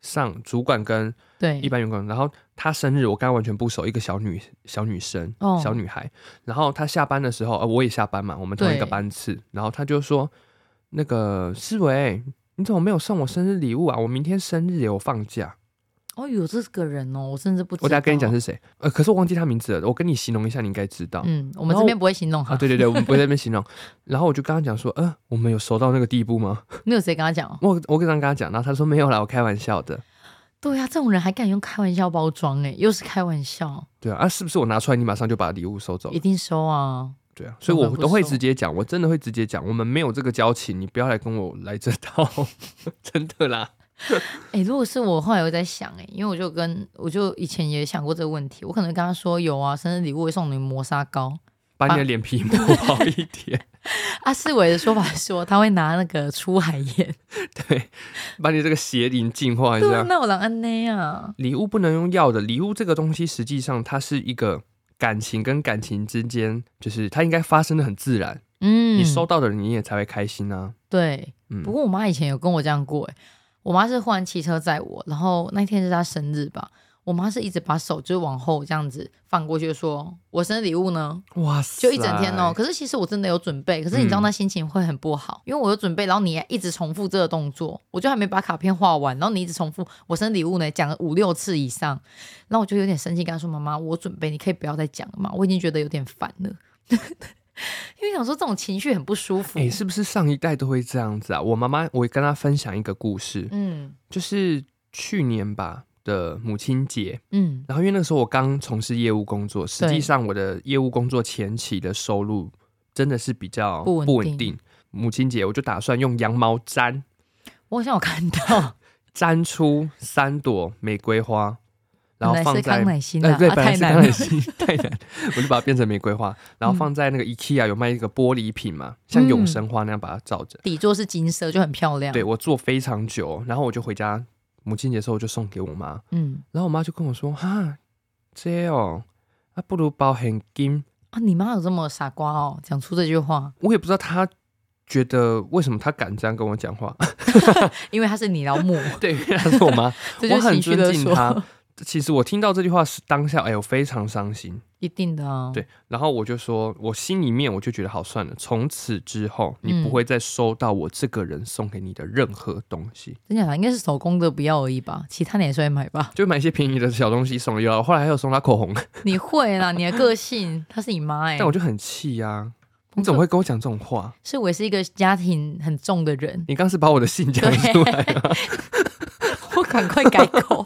Speaker 1: 上主管跟
Speaker 2: 对，
Speaker 1: 一般员工，然后她生日我刚完全不熟，一个小女小女生、
Speaker 2: 哦
Speaker 1: 小女孩，然后她下班的时候，呃，我也下班嘛，我们同一个
Speaker 2: 对
Speaker 1: 班次，然后她就说，那个思维，你怎么没有送我生日礼物啊？我明天生日耶，我放假，
Speaker 2: 哦，有这个人哦，我甚至不知道。
Speaker 1: 我等下跟你讲，是谁，呃，可是我忘记她名字了，我跟你形容一下，你应该知道。
Speaker 2: 嗯，我们
Speaker 1: 然后
Speaker 2: 这边不会行动
Speaker 1: 啊，
Speaker 2: 哈。
Speaker 1: 对对对，我们不会在那边形容。然后我就跟她讲说，呃，我们有熟到那个地步吗？
Speaker 2: 你有谁跟他 讲哦？
Speaker 1: 我我刚刚跟她讲，然后她说没有啦，我开玩笑的。
Speaker 2: 对呀、这种人还敢用开玩笑包装哎、又是开玩笑，
Speaker 1: 对啊，啊，是不是我拿出来你马上就把礼物收走了
Speaker 2: 一？定收啊。
Speaker 1: 对啊，所以
Speaker 2: 不得
Speaker 1: 我
Speaker 2: 不
Speaker 1: 都会
Speaker 2: 说
Speaker 1: 直接讲，我真的会直接讲，我们没有这个交情，你不要来跟我来这套， 真的啦。
Speaker 2: 哎、如果是我，后来我在想哎、因为我就跟我就以前也想过这个问题，我可能跟他说有啊，生日礼物会送你磨砂膏。
Speaker 1: 把你的脸皮磨薄一点，
Speaker 2: 啊，世伟的说法是说他会拿那个出海盐，
Speaker 1: 对，把你这个邪灵净化一
Speaker 2: 对啊，
Speaker 1: 下。
Speaker 2: 那我让安内啊，
Speaker 1: 礼物不能用要的，礼物这个东西实际上它是一个感情跟感情之间，就是它应该发生的很自然，
Speaker 2: 嗯，
Speaker 1: 你收到的人你也才会开心啊。
Speaker 2: 对，
Speaker 1: 嗯
Speaker 2: 不过我妈以前有跟我这样过、欸，我妈是忽然骑车载我，然后那天是她生日吧，我妈是一直把手就是往后这样子放过去，就说我生日礼物呢，
Speaker 1: 哇塞，嗯
Speaker 2: 就一整天哦、可是其实我真的有准备，可是你知道那心情会很不好，因为我有准备，然后你一直重复这个动作，我就还没把卡片画完，然后你一直重复我生日礼物呢，讲了五六次以上，然后我就有点生气，跟她说妈妈，我准备，你可以不要再讲了嘛，我已经觉得有点烦了。 因为想说这种情绪很不舒服，
Speaker 1: 哎、是不是上一代都会这样子啊？我妈妈，我跟她分享一个故事，
Speaker 2: 嗯
Speaker 1: 就是去年吧的母亲节，
Speaker 2: 嗯，
Speaker 1: 然后因为那个时候我刚从事业务工作，实际
Speaker 2: 对
Speaker 1: 上我的业务工作前期的收入真的是比较
Speaker 2: 不稳
Speaker 1: 不稳
Speaker 2: 定
Speaker 1: 定。母亲节我就打算用羊毛毡
Speaker 2: 我好像有看到，
Speaker 1: 毡出三朵玫瑰花，然后
Speaker 2: 本来
Speaker 1: 放
Speaker 2: 是
Speaker 1: 在
Speaker 2: 康。乃馨
Speaker 1: 呃
Speaker 2: 啊，
Speaker 1: 对，
Speaker 2: 啊
Speaker 1: 本来
Speaker 2: 太
Speaker 1: 是
Speaker 2: 难
Speaker 1: 康
Speaker 2: 了
Speaker 1: 乃。馨，太难，我就把它变成玫瑰花，然后放在那个 IKEA 有卖一个玻璃瓶嘛，像永
Speaker 2: 嗯
Speaker 1: 生花那样把它罩着。
Speaker 2: 底座是金色，就很漂亮。
Speaker 1: 对，我做非常久，然后我就回家，母亲节的时候我就送给我妈，
Speaker 2: 嗯
Speaker 1: 然后我妈就跟我说：“哈，这哦，啊，不如包很金。
Speaker 2: 啊，你妈有这么傻瓜哦，讲出这句话”，
Speaker 1: 我也不知道她觉得为什么她敢这样跟我讲 话。
Speaker 2: 因为她是你老 母，
Speaker 1: 对，因为她是我妈，
Speaker 2: 这就是情绪勒
Speaker 1: 我很尊敬她
Speaker 2: 索，
Speaker 1: 其实我听到这句话是当下，哎呦，非常伤心。
Speaker 2: 一定的啊。，
Speaker 1: 对，然后我就说，我心里面我就觉得好算了，从此之后你不
Speaker 2: 嗯
Speaker 1: 会再收到我这个人送给你的任何东西，
Speaker 2: 真假的应该是手工的不要而已吧，其他你还是会买 吧。
Speaker 1: 就买一些便宜的小东西送了。有啊，后来还有送她口红，
Speaker 2: 你会啦，你的个性，她是你妈哎、
Speaker 1: 但我就很气呀、啊，你怎么会跟我讲这种话？
Speaker 2: 是我也是一个家庭很重的 人，
Speaker 1: 你刚是把我的信讲
Speaker 2: 对
Speaker 1: 出来 了。
Speaker 2: 我赶快改口。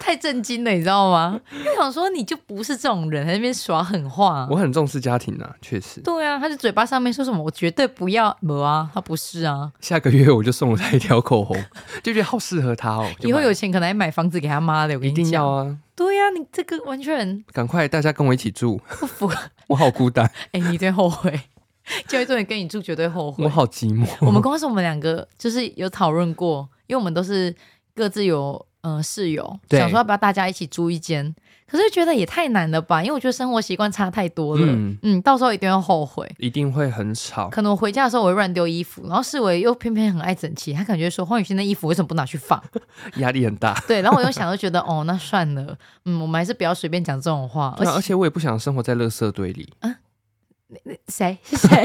Speaker 2: 太震惊了，你知道吗？我想说，你就不是这种人，还在那边耍狠话。
Speaker 1: 我很重视家庭啊，确实。
Speaker 2: 对啊，他就嘴巴上面说什么我绝对不要，没啊，他不是啊。
Speaker 1: 下个月我就送了他一条口红， 就觉得好适合他哦。就
Speaker 2: 以后
Speaker 1: 买
Speaker 2: 有钱可能还买房子给他妈的，我跟
Speaker 1: 一
Speaker 2: 你讲。
Speaker 1: 定要啊！
Speaker 2: 对呀、你这个完全
Speaker 1: 赶快大家跟我一起住，
Speaker 2: 不符合。
Speaker 1: 我好孤单，
Speaker 2: 哎、你最后悔， 教育重点跟你住绝对后 悔
Speaker 1: 我。好寂寞。
Speaker 2: 我们公司我们两个就是有讨论过，因为我们都是各自有呃室友，
Speaker 1: 对
Speaker 2: 想说要不要大家一起租一间，可是觉得也太难了吧，因为我觉得生活习惯差太多了。
Speaker 1: 嗯
Speaker 2: 嗯到时候一定会后悔。
Speaker 1: 一定会很吵，
Speaker 2: 可能我回家的时候我会乱丢衣服，然后世伟又偏偏很爱整齐，他感觉说黄雨欣的衣服为什么不拿去放？
Speaker 1: 压力很大。
Speaker 2: 对，然后我又想，就觉得哦，那算了，嗯，我们还是不要随便讲这种话。
Speaker 1: 对啊、而
Speaker 2: 而且啊
Speaker 1: 且我也不想生活在垃圾堆里。
Speaker 2: 谁是谁？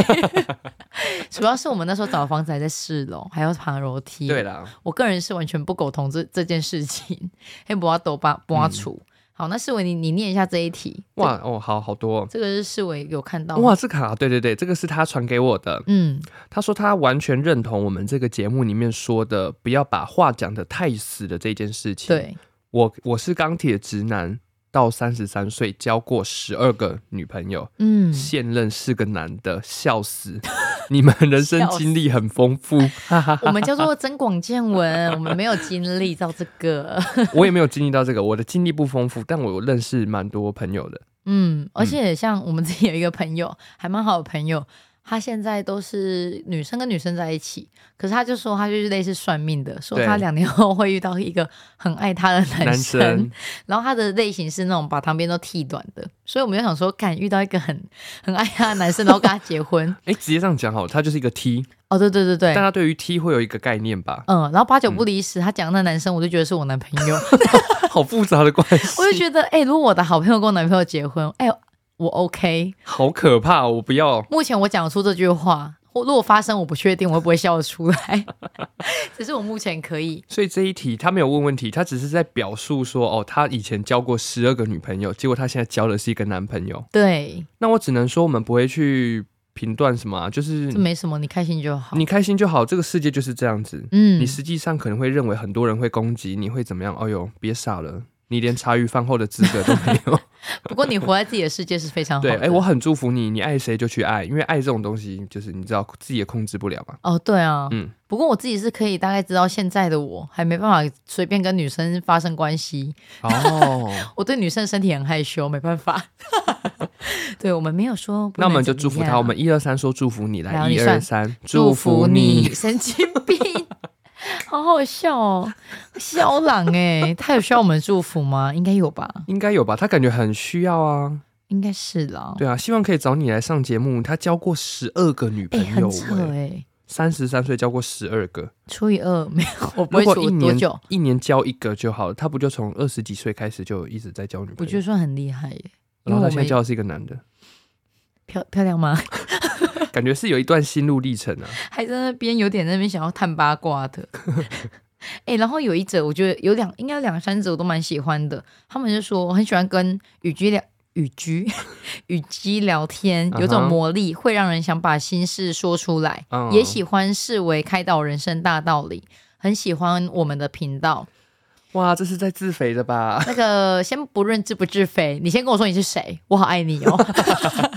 Speaker 2: 主要是我们那时候找房子还在四楼，还要爬楼梯。
Speaker 1: 对，啦，
Speaker 2: 我个人是完全不苟同这这件事情，黑不要抖吧，
Speaker 1: 嗯
Speaker 2: 不要处。好，那世伟，你你念一下这一题。
Speaker 1: 哇哦，好好多、哦。
Speaker 2: 这，这个是世伟有看到。
Speaker 1: 哇，，这卡、啊，对对对，这个是他传给我的。
Speaker 2: 嗯，
Speaker 1: 他说他完全认同我们这个节目里面说的，不要把话讲得太死的这件事情。，
Speaker 2: 对，
Speaker 1: 我我是钢铁直男，到三十三岁交过十二个女朋友，
Speaker 2: 嗯，
Speaker 1: 现任是个男的，笑死！ 你们人生经历很丰富，哈哈。
Speaker 2: 我们叫做增广见闻，我们没有经历到这个。
Speaker 1: 我也没有经历到这个，我的经历不丰富，但我有认识蛮多朋友的。嗯
Speaker 2: 嗯，而且像我们自己有一个朋友，还蛮好的朋友，她现在都是女生跟女生在一起，可是她就说她就是类似算命的，说
Speaker 1: 对
Speaker 2: 她两年后会遇到一个很爱她的男
Speaker 1: 男
Speaker 2: 生，
Speaker 1: 生
Speaker 2: 然后她的类型是那种把旁边都剃短的，所以我们就想说，敢遇到一个很很爱她的男生，然后跟他结婚，
Speaker 1: 哎、直接这样讲好了，他就是一个 T，
Speaker 2: 哦，对对对对
Speaker 1: 大，家对于 T 会有一个概念 吧？
Speaker 2: 嗯，然后八九不离十，她讲的那男生，我就觉得是我男朋 友，
Speaker 1: 好复杂的关系，
Speaker 2: 我就觉得，哎、如果我的好朋友跟我男朋友结婚，哎、我 OK。
Speaker 1: 好可怕哦，我不要。
Speaker 2: 目前我讲出这句话，或如果发生，我不确定我会不会笑得出来， 只是我目前可以。
Speaker 1: 所以这一题他没有问问题，他只是在表述说，哦，他以前交过十二个女朋友，结果他现在交的是一个男朋友。
Speaker 2: 对，
Speaker 1: 那我只能说，我们不会去评断什么、啊，就是
Speaker 2: 这没什么，你开心就好。
Speaker 1: 你开心就好，这个世界就是这样子。
Speaker 2: 嗯
Speaker 1: 你，实际上可能会认为很多人会攻击你，会怎么样？哎呦，别傻了，你连茶余饭后的资格都没 有。
Speaker 2: 不过你活在自己的世界是非常好
Speaker 1: 对，
Speaker 2: 的。
Speaker 1: 哎、我很祝福你，你爱谁就去爱，因为爱这种东西就是你知道自己也控制不了嘛。
Speaker 2: 哦，对啊，
Speaker 1: 嗯
Speaker 2: 不过我自己是可以大概知道现在的我还没办法随便跟女生发生关系，
Speaker 1: 哦，
Speaker 2: 我对女生身体很害羞，没 办法。对我们没有说不能怎么
Speaker 1: 那
Speaker 2: 样，
Speaker 1: 我们就祝福他，我们一二三说祝福你，
Speaker 2: 然后
Speaker 1: 来
Speaker 2: 你
Speaker 1: 一
Speaker 2: 算
Speaker 1: 二三，。
Speaker 2: 祝福你，神经病，好好笑哦，肖朗哎，他有需要我们祝福吗？应该有吧，
Speaker 1: 应该有吧？他感觉很需要啊，
Speaker 2: 应该是啦。
Speaker 1: 对啊，希望可以找你来上节目。他交过十二个女
Speaker 2: 哎、
Speaker 1: 朋友、
Speaker 2: 很扯哎、
Speaker 1: 哎，三十三岁交过十二个，
Speaker 2: 除以二没有，我
Speaker 1: 如
Speaker 2: 不会
Speaker 1: 果
Speaker 2: 除
Speaker 1: 一
Speaker 2: 多
Speaker 1: 年
Speaker 2: 久，
Speaker 1: 一年交一个就好了，他不就从二十几岁开始就一直在交女
Speaker 2: 我
Speaker 1: 朋
Speaker 2: 觉
Speaker 1: 友
Speaker 2: 得？算很厉害耶、因
Speaker 1: 然后
Speaker 2: 为
Speaker 1: 他
Speaker 2: 我
Speaker 1: 现在
Speaker 2: 们
Speaker 1: 交的是一个男的，
Speaker 2: 漂漂亮吗？
Speaker 1: 感觉是有一段心路历程啊。
Speaker 2: 还在那边有点那边想要探八卦的。 哎、然后有一则，我觉得有两，应该有两三则我都蛮喜欢的。他们就说我很喜欢跟雨居聊雨居 雨居聊天，
Speaker 1: 嗯
Speaker 2: 有种
Speaker 1: 哼
Speaker 2: 魔力，会让人想把心事说出来。
Speaker 1: 嗯
Speaker 2: 也喜欢视为开导人生大道理，很喜欢我们的频道。
Speaker 1: 哇，这是在自肥的吧？
Speaker 2: 那个 先不论自不自肥，你先跟我说你是谁，我好爱你哦。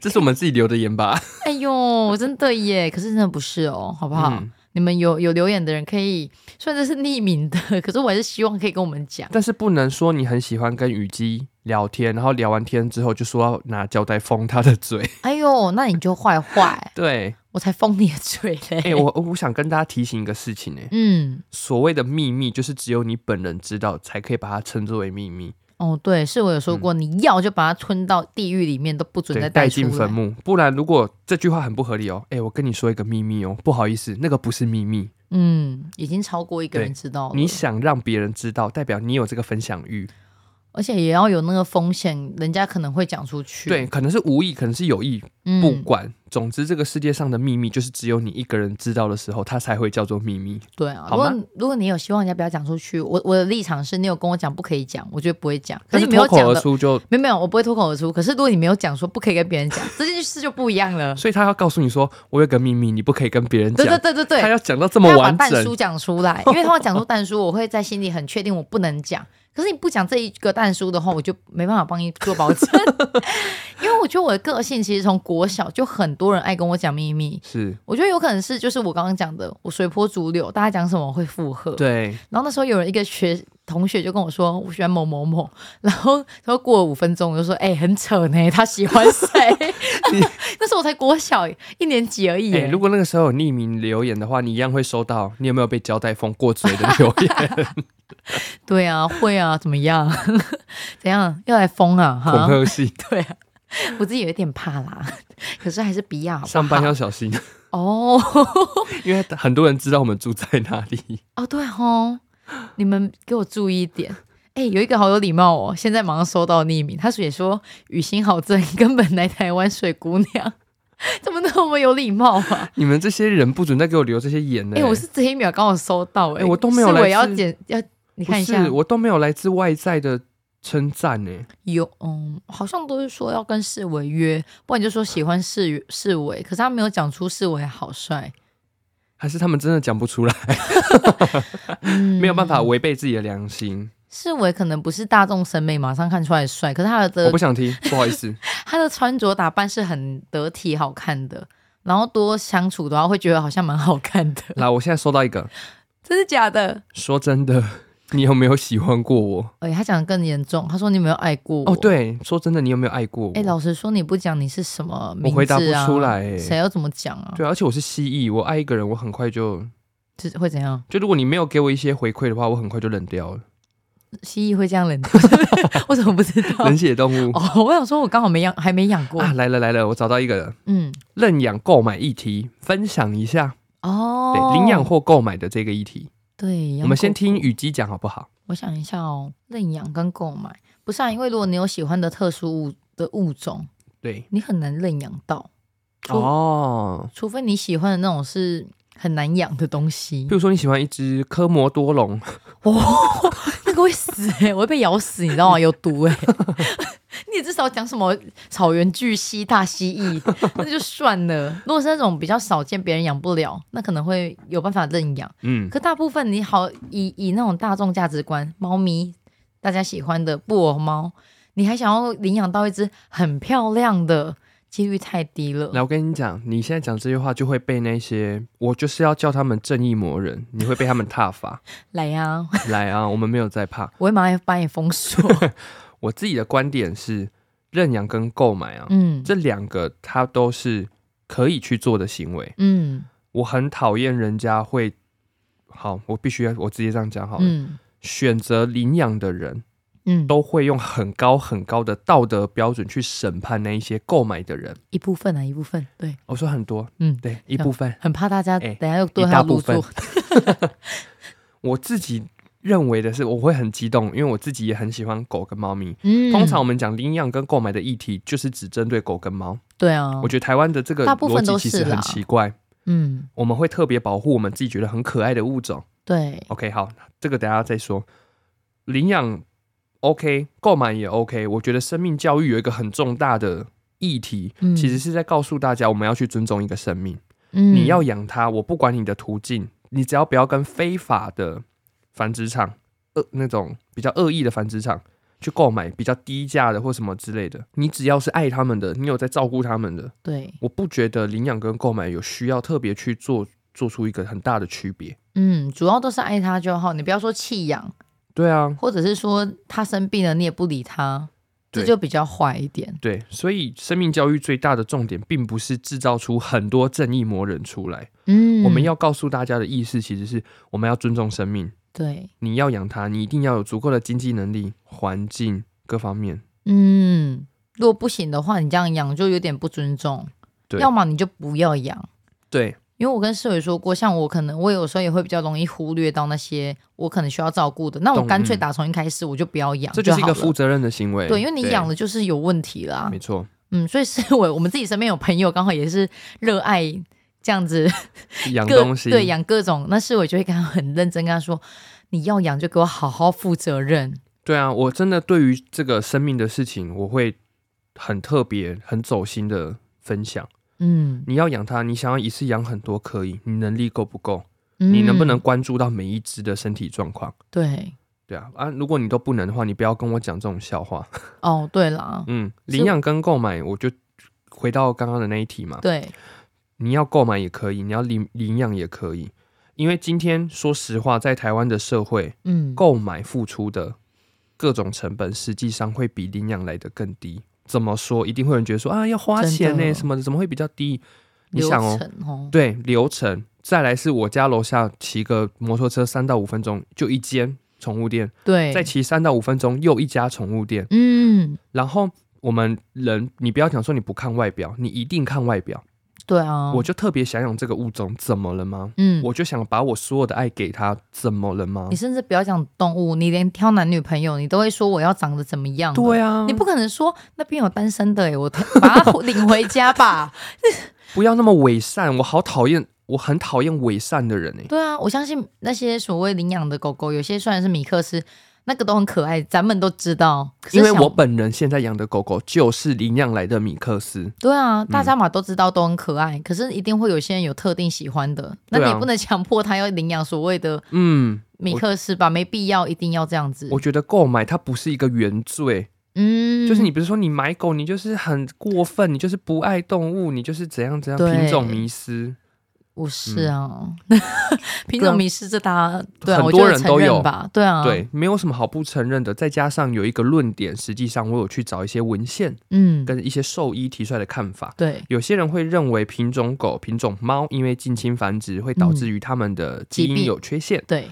Speaker 1: 这是我们自己留的言吧？
Speaker 2: 哎呦，真的耶！可是真的不是哦，好不好？
Speaker 1: 嗯
Speaker 2: 你们有有留言的人可以，虽然这是匿名的， 可是我还是希望可以跟我们讲。
Speaker 1: 但是不能说你很喜欢跟雨姬聊天，然后聊完天之后就说要拿胶带封她的嘴。
Speaker 2: 哎呦，那你就坏坏，
Speaker 1: 对，
Speaker 2: 我才封你的嘴嘞。
Speaker 1: 哎、我我想跟大家提醒一个事情呢、欸
Speaker 2: 嗯，
Speaker 1: 所谓的秘密，就是只有你本人知道，才可以把它称作为秘密，
Speaker 2: 哦，对，是我有说过，你要就把它吞到地狱里面，都不
Speaker 1: 嗯
Speaker 2: 准
Speaker 1: 对，
Speaker 2: 再
Speaker 1: 带
Speaker 2: 带出
Speaker 1: 进坟
Speaker 2: 来。
Speaker 1: 墓。不然，如果这句话很不合理哦，哎、我跟你说一个秘密哦，不好意思，那个不是秘密，
Speaker 2: 嗯，已经超过一个人
Speaker 1: 对
Speaker 2: 知道了。
Speaker 1: 你想让别人知道，代表你有这个分享欲，
Speaker 2: 而且也要有那个风险，人家可能会讲出去。
Speaker 1: 对，，可能是无意，可能是有意，
Speaker 2: 嗯
Speaker 1: 不管，总之这个世界上的秘密，就是只有你一个人知道的时候，它才会叫做秘密。
Speaker 2: 对啊。如
Speaker 1: 好
Speaker 2: 果
Speaker 1: 吗
Speaker 2: 如果你有希望人家不要讲出去，我我的立场是你有跟我讲不可以讲，我觉得不会讲。可
Speaker 1: 但
Speaker 2: 是
Speaker 1: 是
Speaker 2: 你没有
Speaker 1: 脱
Speaker 2: 讲
Speaker 1: 口而
Speaker 2: 的，
Speaker 1: 出就，
Speaker 2: 没有没有，我不会脱口而出。可是如果你没有讲说不可以跟别人讲这件事就不一样了。
Speaker 1: 所以他要告诉你说，我有个秘密，你不可以跟别人
Speaker 2: 对
Speaker 1: 讲
Speaker 2: 对。对对对，
Speaker 1: 他要讲到这
Speaker 2: 他
Speaker 1: 么
Speaker 2: 要把
Speaker 1: 完
Speaker 2: 蛋
Speaker 1: 整
Speaker 2: 书，讲出来，因为他要讲出蛋书，我会在心里很确定我不能讲。可是你不讲这一个蛋书的话，我就没办法帮你做保证，因为我觉得我的个性其实从国小就很多人爱跟我讲秘密，
Speaker 1: 是
Speaker 2: 我觉得有可能是就是我刚刚讲的，我随波逐流，大家讲什么我会附和。。
Speaker 1: 对，
Speaker 2: 然后那时候有人一个学同学就跟我说，我喜欢某某某， 然后他说过了五分钟，我就说，哎、很扯呢，他喜欢谁？ 那时候我才国小一年级而已耶、
Speaker 1: 哎、如果那个时候有匿名留言的话，你一样会收到。你有没有被胶带封过嘴的留 言？
Speaker 2: 对啊，会啊，怎么样？ 怎样？要来疯啊？
Speaker 1: 恐
Speaker 2: 哈，
Speaker 1: 吓信，
Speaker 2: 对啊，我自己有一点怕啦， 可是还是不要好不好
Speaker 1: 上班要小心，
Speaker 2: 哦
Speaker 1: 因为很多人知道我们住在哪里。
Speaker 2: 哦，对哦，你们给我注意一点。哎、有一个好有礼貌哦，现在马上收到匿名，他写说雨欣好正， 根本来台湾水姑娘，怎么那么有礼貌啊？
Speaker 1: 你们这些人不准再给我留这些言呢、
Speaker 2: 哎、我是这一秒刚好收到、哎、
Speaker 1: 哎我都没有
Speaker 2: 是
Speaker 1: 来
Speaker 2: 我要
Speaker 1: 自
Speaker 2: 剪要你
Speaker 1: 不
Speaker 2: 看一下
Speaker 1: 是，，我都没有来自外在的称赞呢。
Speaker 2: 有，嗯，好像都是说要跟世伟约，不然就说喜欢世世伟，可是他没有讲出世伟好帅，
Speaker 1: 还是他们真的讲不出来，
Speaker 2: 嗯
Speaker 1: 没有办法。违背自己的良心。
Speaker 2: 世伟可能不是大众审美马上看出来帅，可是他
Speaker 1: 我
Speaker 2: 的
Speaker 1: 哦不想听，不好意 思。
Speaker 2: 他的穿着打扮是很得体好看的，然后多相 处
Speaker 1: 嗯
Speaker 2: 的话会觉得好像蛮好看的，
Speaker 1: 来，我现在收到一个，
Speaker 2: 真的假的？
Speaker 1: 说真的，你有没有喜欢过我？
Speaker 2: 哎、他讲的更严重，他说你有没有爱过我？
Speaker 1: 哦，，对，说真的，你有没有爱过我？
Speaker 2: 哎、老实说，你不讲你是什么名字啊？
Speaker 1: 我回答不出来哎
Speaker 2: 谁要怎么讲啊？
Speaker 1: 对啊，而且我是蜥蜴，我爱一个人，我很快就
Speaker 2: 这会怎样？
Speaker 1: 就如果你没有给我一些回馈的话，我很快就冷掉 了。
Speaker 2: 蜥蜴会这样冷掉？ 我怎么不知道
Speaker 1: 冷？血动物
Speaker 2: 哦，我想说，我刚好没养，还没养过。
Speaker 1: 啊，来了来了，我找到一个了，
Speaker 2: 嗯，
Speaker 1: 认养购买议题，分享一下。
Speaker 2: 哦，
Speaker 1: 对，领养或购买的这个议题，
Speaker 2: 对，
Speaker 1: 我们先
Speaker 2: 养狗
Speaker 1: 听雨姬讲好不好？
Speaker 2: 我想一下哦，认养跟购买不是啊，因为如果你有喜欢的特殊物的物种，
Speaker 1: 对，
Speaker 2: 你很难认养到，除
Speaker 1: 哦，
Speaker 2: 除非你喜欢的那种是很难养的东西
Speaker 1: 比。如说你喜欢一只科摩多龙，
Speaker 2: 哦，那个会死哎、我会被咬死，你知道吗？有毒哎、 你也至少讲什么草原巨蜥、大蜥蜴， 那就算了。如果是那种比较少见，别人养不了，那可能会有办法认养。
Speaker 1: 嗯，
Speaker 2: 可大部分你好以以那种大众价值观，猫咪大家喜欢的布偶猫，你还想要领养到一只很漂亮的，几率太低了。
Speaker 1: 来，我跟你讲，你现在讲这句话就会被那些，我就是要叫他们正义魔人，你会被他们踏 伐。
Speaker 2: 来呀、
Speaker 1: 来啊，我们没有在怕。
Speaker 2: 我会马上把你封锁。
Speaker 1: 我自己的观点是，认养跟购买啊，
Speaker 2: 嗯
Speaker 1: 这两个它都是可以去做的行为。
Speaker 2: 嗯
Speaker 1: 我很讨厌人家会，好，我必须要我直接这样讲好了。
Speaker 2: 嗯
Speaker 1: 选择领养的人
Speaker 2: 嗯，
Speaker 1: 都会用很高很高的道德标准去审判那一些购买的人。
Speaker 2: 一部分啊，一部分对，
Speaker 1: 我说很多，
Speaker 2: 嗯，
Speaker 1: 对，一部分。
Speaker 2: 很怕大家
Speaker 1: 哎
Speaker 2: 等下又
Speaker 1: 一
Speaker 2: 对他
Speaker 1: 大
Speaker 2: 入
Speaker 1: 部分
Speaker 2: 座。
Speaker 1: 我自己认为的是，我会很激动，因为我自己也很喜欢狗跟猫咪。
Speaker 2: 嗯
Speaker 1: 通常我们讲领养跟购买的议题，就是只针对狗跟猫。
Speaker 2: 对啊，
Speaker 1: 我觉得台湾的这个
Speaker 2: 大部分
Speaker 1: 逻
Speaker 2: 都
Speaker 1: 辑
Speaker 2: 是
Speaker 1: 其实很
Speaker 2: 啦
Speaker 1: 奇怪，
Speaker 2: 嗯
Speaker 1: 我们会特别保护我们自己觉得很可爱的物种。
Speaker 2: 对，
Speaker 1: OK，好，这个等一下再说。领养 OK，购买也 OK。我觉得生命教育有一个很重大的议题，
Speaker 2: 嗯
Speaker 1: 其实是在告诉大家，我们要去尊重一个生命。
Speaker 2: 嗯
Speaker 1: 你要养它，我不管你的途径，你只要不要跟非法的繁殖场、恶、那种比较恶意的繁殖场去购买比较低价的或什么之类的。你只要是爱他们的，你有在照顾他们的，
Speaker 2: 对，
Speaker 1: 我不觉得领养跟购买有需要特别去做做出一个很大的区别。
Speaker 2: 嗯，主要都是爱他就好，你不要说弃养，
Speaker 1: 对啊，
Speaker 2: 或者是说他生病了你也不理他，这
Speaker 1: 对
Speaker 2: 就比较坏一点。
Speaker 1: 对，所以生命教育最大的重点，并不是制造出很多正义魔人出来。
Speaker 2: 嗯，
Speaker 1: 我们要告诉大家的意思，其实是我们要尊重生命。
Speaker 2: 对，
Speaker 1: 你要养它，你一定要有足够的经济能力、环境各方面。
Speaker 2: 嗯，如果不行的话，你这样养就有点不尊重。
Speaker 1: 对
Speaker 2: 要么你就不要养。
Speaker 1: 对，
Speaker 2: 因为我跟室友说过，像我可能我有时候也会比较容易忽略到那些我可能需要照顾的，那我
Speaker 1: 懂
Speaker 2: 干脆
Speaker 1: 嗯
Speaker 2: 打从一开始啊我就不要养
Speaker 1: 这就是一
Speaker 2: 好
Speaker 1: 个
Speaker 2: 了。
Speaker 1: 负责任的行为。
Speaker 2: 对，因为你养了就是有问题啦
Speaker 1: 没。错，
Speaker 2: 嗯，所以是我我们自己身边有朋友刚好也是热爱这样子
Speaker 1: 养
Speaker 2: 各
Speaker 1: 东西
Speaker 2: 对养各种，那是我就会跟他很认真跟他说，你要养就给我好好负责任。
Speaker 1: 对啊，我真的对于这个生命的事情，我会很特别、很走心的分享。
Speaker 2: 嗯，
Speaker 1: 你要养它，你想要一次养很多可以，你能力够不够？你能不能
Speaker 2: 嗯
Speaker 1: 关注到每一只的身体状况？
Speaker 2: 对？
Speaker 1: 对啊，啊，如果你都不能的话，你不要跟我讲这种笑话。
Speaker 2: 哦，对啦，
Speaker 1: 嗯，
Speaker 2: 是
Speaker 1: 领养跟购买，我就回到刚刚的那一题嘛。
Speaker 2: 对，
Speaker 1: 你要购买也可以，你要领领养也可以，因为今天说实话，在台湾的社会，
Speaker 2: 嗯，
Speaker 1: 购买付出的各种成本，实际上会比领养来的更低。怎么说？一定会有人觉得说啊，要花钱呢、
Speaker 2: 真的
Speaker 1: 什么的，怎么会比较低？你
Speaker 2: 流
Speaker 1: 想哦，
Speaker 2: 程哦，
Speaker 1: 对流程，再来是我家楼下骑个摩托车三到五分钟就一间宠物店，
Speaker 2: 对，
Speaker 1: 再骑三到五分钟又一家宠物店。
Speaker 2: 嗯，
Speaker 1: 然后我们人，你不要讲说你不看外表，你一定看外表。
Speaker 2: 对啊，
Speaker 1: 我就特别想养这个物种，怎么了吗？
Speaker 2: 嗯，
Speaker 1: 我就想把我所有的爱给它，怎么了吗
Speaker 2: 你？甚至不要讲动物，你连挑男女朋友，你都会说我要长得怎么样，
Speaker 1: 对。啊，
Speaker 2: 你不可能说那边有单身的哎、我 把他领回家吧。
Speaker 1: 不要那么伪善，我好讨厌，我很讨厌伪善的人哎、
Speaker 2: 对啊，我相信那些所谓领养的狗狗，有些虽然是米克斯，那个都很可爱，咱们都知道。可是
Speaker 1: 因为
Speaker 2: 想
Speaker 1: 我本人现在养的狗狗就是领养来的米克斯，
Speaker 2: 对啊，
Speaker 1: 嗯
Speaker 2: 大家嘛都知道都很可爱，可是一定会有些人有特定喜欢的，那你
Speaker 1: 对啊
Speaker 2: 也不能强迫他要领养所谓的
Speaker 1: 嗯，
Speaker 2: 米克斯吧？没必要一定要这样子。
Speaker 1: 我觉得购买它不是一个原罪，
Speaker 2: 嗯，
Speaker 1: 就是你不是说你买狗，你就是很过分，你就是不爱动物，你就是怎样怎样
Speaker 2: 对
Speaker 1: 品种迷失。
Speaker 2: 我是啊， 凭什么迷失这答？对
Speaker 1: 嗯啊
Speaker 2: 啊，
Speaker 1: 很
Speaker 2: 我
Speaker 1: 多
Speaker 2: 就
Speaker 1: 人
Speaker 2: 承
Speaker 1: 都
Speaker 2: 认
Speaker 1: 有
Speaker 2: 吧。对啊，，
Speaker 1: 对，没有什么好不承认的。再加上有一个论点，实际上我有去找一些文献
Speaker 2: 嗯，
Speaker 1: 跟一些兽医提出来的看法。
Speaker 2: 对，
Speaker 1: 有些人会认为品种狗、品种猫因为近亲繁殖会导致于它们的基
Speaker 2: 嗯疾
Speaker 1: 因
Speaker 2: 病
Speaker 1: 有缺陷，
Speaker 2: 对，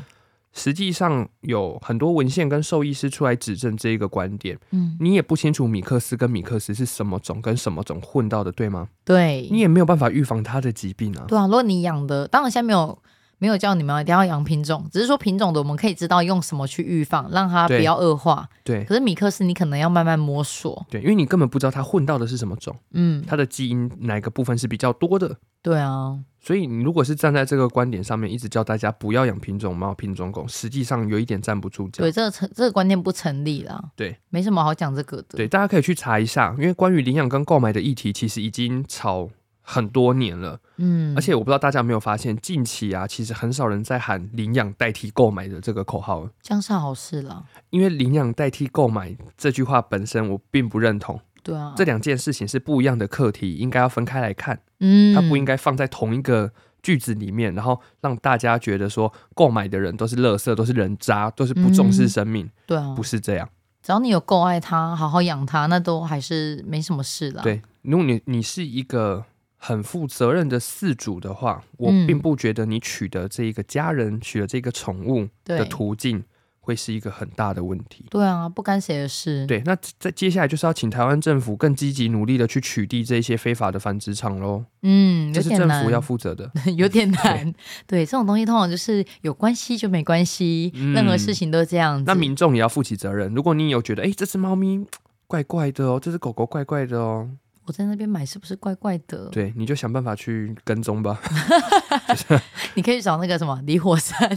Speaker 1: 实际上有很多文献跟兽医师出来指证这一个观点。
Speaker 2: 嗯，
Speaker 1: 你也不清楚米克斯跟米克斯是什么种跟什么种混到的，对吗？
Speaker 2: 对
Speaker 1: 你，也没有办法预防它的疾病啊。
Speaker 2: 对啊。如果你养的，当然现在没有没有叫你们一定要养品种，只是说品种的我们可以知道用什么去预防，让它不
Speaker 1: 对
Speaker 2: 要恶化。
Speaker 1: 对
Speaker 2: 可是米克斯你可能要慢慢摸索。
Speaker 1: 对，因为你根本不知道它混到的是什么种，
Speaker 2: 嗯，
Speaker 1: 它的基因哪个部分是比较多的。
Speaker 2: 对啊，
Speaker 1: 所以，你如果是站在这个观点上面，一直叫大家不要养品种猫、品种狗，实际上有一点站不住脚
Speaker 2: 对，。这个成这个观念不成立啦。
Speaker 1: 啊对，
Speaker 2: 没什么好讲这个的。
Speaker 1: 对，大家可以去查一下，因为关于领养跟购买的议题，其实已经吵很多年了。
Speaker 2: 嗯，
Speaker 1: 而且，我不知道大家有没有发现，近期啊，其实很少人在喊领养代替购买的这个口号了，
Speaker 2: 这样是好事啦。
Speaker 1: 因为领养代替购买这句话本身，我并不认同。
Speaker 2: 对啊，
Speaker 1: 这两件事情是不一样的课题，应该要分开来看。
Speaker 2: 嗯，
Speaker 1: 它不应该放在同一个句子里面，然后让大家觉得说购买的人都是垃圾，都是人渣，都是不重视生命，
Speaker 2: 对啊
Speaker 1: 不，是这样。
Speaker 2: 只要你有够爱它，好好养它，那都还是没什么事啦。，
Speaker 1: 对，如果你你是一个很负责任的饲主的话，我
Speaker 2: 嗯
Speaker 1: 并不觉得你取得这一个家人、取得这个宠物的
Speaker 2: 对
Speaker 1: 途径会是一个很大的问题。
Speaker 2: 对啊，不干谁的事。，
Speaker 1: 对，那在接下来就是要请台湾政府更积极努力的去取缔这些非法的繁殖场喽，
Speaker 2: 嗯，
Speaker 1: 这
Speaker 2: 有
Speaker 1: 是
Speaker 2: 点
Speaker 1: 政
Speaker 2: 难
Speaker 1: 府，要负责的。
Speaker 2: 有点难。对，这种东西通常就是有关系就没关系，
Speaker 1: 嗯
Speaker 2: 任何事情都这样子。
Speaker 1: 那民众也要负起责任。如果你有觉得，哎、这只猫咪怪怪的哦，这只狗狗怪怪的哦，
Speaker 2: 我在那边买是不是怪怪的？
Speaker 1: 对，你就想办法去跟踪吧。
Speaker 2: 你可以找那个什么离火 山，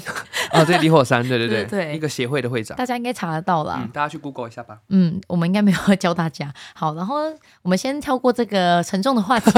Speaker 1: 啊，对，李火山，对对对，
Speaker 2: 对对
Speaker 1: 一个协会的会长，
Speaker 2: 大家应该查得到啦。
Speaker 1: 嗯，大家去 Google 一下吧。
Speaker 2: 嗯，我们应该没有 教大家。好，然后我们先跳过这个沉重的 话题。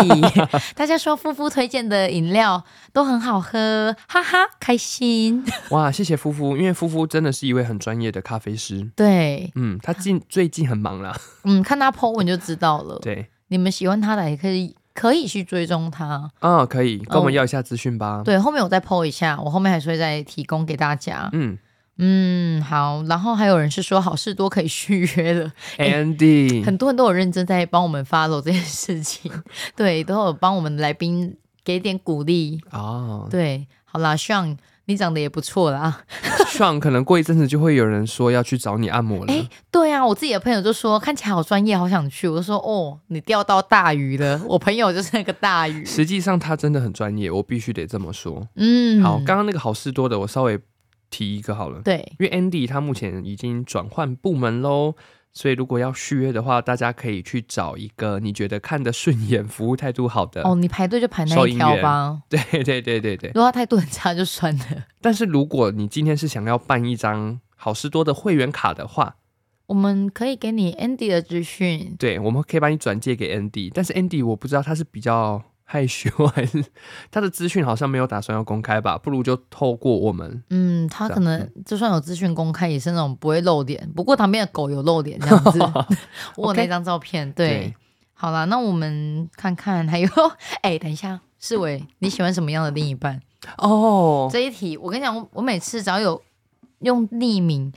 Speaker 2: 大家说夫妇推荐的饮料都很好喝，哈哈，开心。
Speaker 1: 哇，谢谢夫妇，因为夫妇真的是一位很专业的咖啡师。
Speaker 2: 对，
Speaker 1: 嗯，他 近最近很忙啦，
Speaker 2: 嗯，看他 po 文就知道了。
Speaker 1: 对，
Speaker 2: 你们喜欢他的也可以可以去追踪他。
Speaker 1: 啊、可以跟我们要一下资讯吧。
Speaker 2: 对，后面我再 po 一下，我后面还是会再提供给大家。
Speaker 1: 嗯
Speaker 2: 嗯，好。然后还有人是说好事多可以续约了，
Speaker 1: 哎，Andy，
Speaker 2: 很多人都有认真在帮我们 follow 这件事情，对，都有帮我们来宾给点鼓励。
Speaker 1: 哦，
Speaker 2: 对，好啦，像你长得也不错啦。
Speaker 1: 上可能过一阵子就会有人说要去找你按摩了。
Speaker 2: 哎，对啊，我自己的朋友就说看起来好专业，好想去。我就说哦，你钓到大鱼了。我朋友就是那个 大鱼。
Speaker 1: 实际上他真的很专业，我必须得这么说。
Speaker 2: 嗯，
Speaker 1: 好，刚刚那个好事多的，我稍微提一个好了，
Speaker 2: 对，
Speaker 1: 因为 Andy 他目前已经转换部门喽，所以如果要续约的话，大家可以去找一个你觉得看得顺眼、服务态度好的。
Speaker 2: 哦，你排队就排那
Speaker 1: 呃收
Speaker 2: 一
Speaker 1: 银
Speaker 2: 条
Speaker 1: 员
Speaker 2: 吧。
Speaker 1: 对对对对对
Speaker 2: 如。果他态度很差就算了。
Speaker 1: 但是如果你今天是想要办一张好事多的会员卡的话，
Speaker 2: 我们可以给你 Andy 的资讯。
Speaker 1: 对，我们可以把你转借给 Andy。但是 Andy 我不知道他是比较害羞 还是他的资讯好像没有打算要公开吧，不如就透过我们。
Speaker 2: 嗯，他
Speaker 1: 这
Speaker 2: 可
Speaker 1: 样
Speaker 2: 能就算有资讯公开，也是那种不会露脸。不过旁边的狗有露脸这样子， 我有
Speaker 1: OK
Speaker 2: 那张照片。对，
Speaker 1: 对
Speaker 2: 好啦，那我们看看还有，哎、等一下，世伟，你喜欢什么样的另一半？
Speaker 1: 哦，
Speaker 2: 这一题，我跟你讲，我我每次只要有用匿名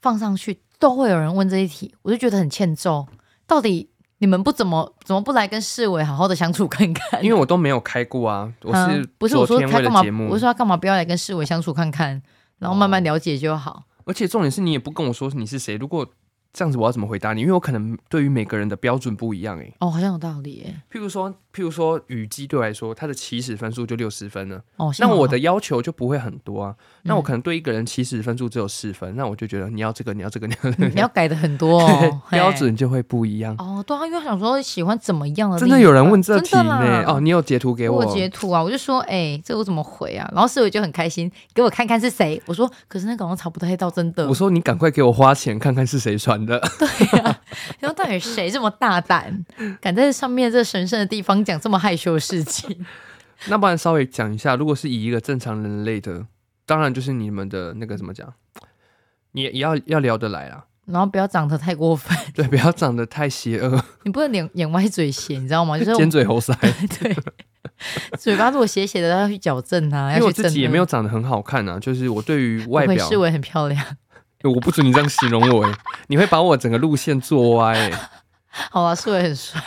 Speaker 2: 放上去，都会有人问这一题，我就觉得很欠揍。到底你们不怎么怎么不来跟世伟好好的相处看看？
Speaker 1: 因为我都没有开过啊，我是
Speaker 2: 嗯不是我
Speaker 1: 昨
Speaker 2: 说
Speaker 1: 天
Speaker 2: 他
Speaker 1: 为
Speaker 2: 干
Speaker 1: 了
Speaker 2: 嘛
Speaker 1: 节？目哦
Speaker 2: 我，说他干嘛不要来跟世伟相处看看，然后慢慢了解就好。
Speaker 1: 而且重点是你也不跟我说你是谁。如果这样子，我要怎么回答你？因为我可能对于每个人的标准不一样诶、欸
Speaker 2: 哦，好像有道理耶。
Speaker 1: 譬如说，譬如说，雨姬对我来说，她的起始分数就六十分了，
Speaker 2: 哦，
Speaker 1: 那
Speaker 2: 幸好
Speaker 1: 我的要求就不会很多啊。那我
Speaker 2: 嗯
Speaker 1: 可能对一个人起始分数只有四分，那我就觉得你要这个，你要这个，你要这
Speaker 2: 嗯你
Speaker 1: 个，
Speaker 2: 你要改的很多 哦，嘿
Speaker 1: 标准就会不一样。
Speaker 2: 哦，对啊，因为我想说喜欢怎么样的
Speaker 1: 真
Speaker 2: 另一半，
Speaker 1: 的有人问这题
Speaker 2: 真的
Speaker 1: 呢、
Speaker 2: 啦
Speaker 1: 哦，你有截图给
Speaker 2: 我
Speaker 1: 我？
Speaker 2: 有截图啊，我就说，哎、这我怎么回啊？然后室友就很开心，给我看看是谁。我说，可是那个好像查不太到，真的
Speaker 1: 我。说你赶快给我花钱看看是谁传的。
Speaker 2: 然后到底谁这么大胆，敢在上面这神圣的地方讲这么害羞的事情？
Speaker 1: 那不然稍微讲一下，如果是以一个正常人类的，当然就是你们的那个怎么讲，你也要要聊得来啦，
Speaker 2: 然后不要长得太过分，
Speaker 1: 对，不要长得太邪恶，
Speaker 2: 你不能脸眼歪嘴斜，你知道吗？就是我
Speaker 1: 尖
Speaker 2: 们
Speaker 1: 嘴猴腮。
Speaker 2: 对，嘴巴如果斜斜的，要去矫正它，
Speaker 1: 因
Speaker 2: 要
Speaker 1: 为我
Speaker 2: 去
Speaker 1: 自
Speaker 2: 正
Speaker 1: 己
Speaker 2: 颚
Speaker 1: 也没有长得很好看啊，就是我对于外
Speaker 2: 我会
Speaker 1: 表，
Speaker 2: 视为很漂亮。
Speaker 1: 我不准你这样形容我、欸，你会把我整个路线做歪、欸，
Speaker 2: 好啊，视为很帅。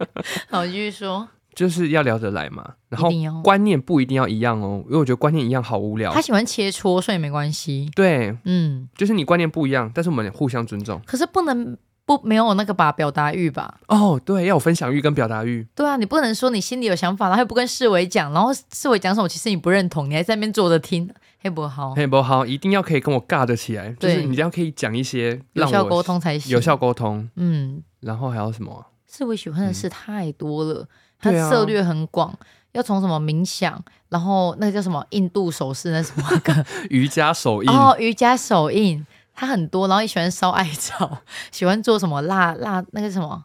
Speaker 2: 好，继续说，
Speaker 1: 就是要聊得来嘛。然后
Speaker 2: 一定要
Speaker 1: 观念不一定要一样哦，因为我觉得观念一样好无聊
Speaker 2: 他。喜欢切磋，所以没关系。
Speaker 1: 对，
Speaker 2: 嗯，
Speaker 1: 就是你观念不一样，但是我们互相尊重。
Speaker 2: 可是不能不没有那个吧，表达欲吧？
Speaker 1: 哦，对，要有分享欲跟表达欲。
Speaker 2: 对啊，你不能说你心里有想法，然后又不跟世伟讲，然后世伟讲什么，其实你不认同，你还在那边坐着听，嘿不好，
Speaker 1: 嘿，不好，一定要可以跟我尬得起来，就是
Speaker 2: 对
Speaker 1: 你这样可以讲一些
Speaker 2: 有
Speaker 1: 让
Speaker 2: 效
Speaker 1: 我
Speaker 2: 沟，通才行。
Speaker 1: 有效，沟通，
Speaker 2: 嗯，
Speaker 1: 然后还有什么啊？
Speaker 2: 世伟喜欢的事太多了，他
Speaker 1: 对啊
Speaker 2: 策略很广，要从什么冥想，然后那个叫什么印度手势，那什么歌，
Speaker 1: 瑜伽手印，
Speaker 2: 哦，瑜伽手印，他很多，然后也喜欢烧艾草， 喜欢做什么蜡蜡那个什么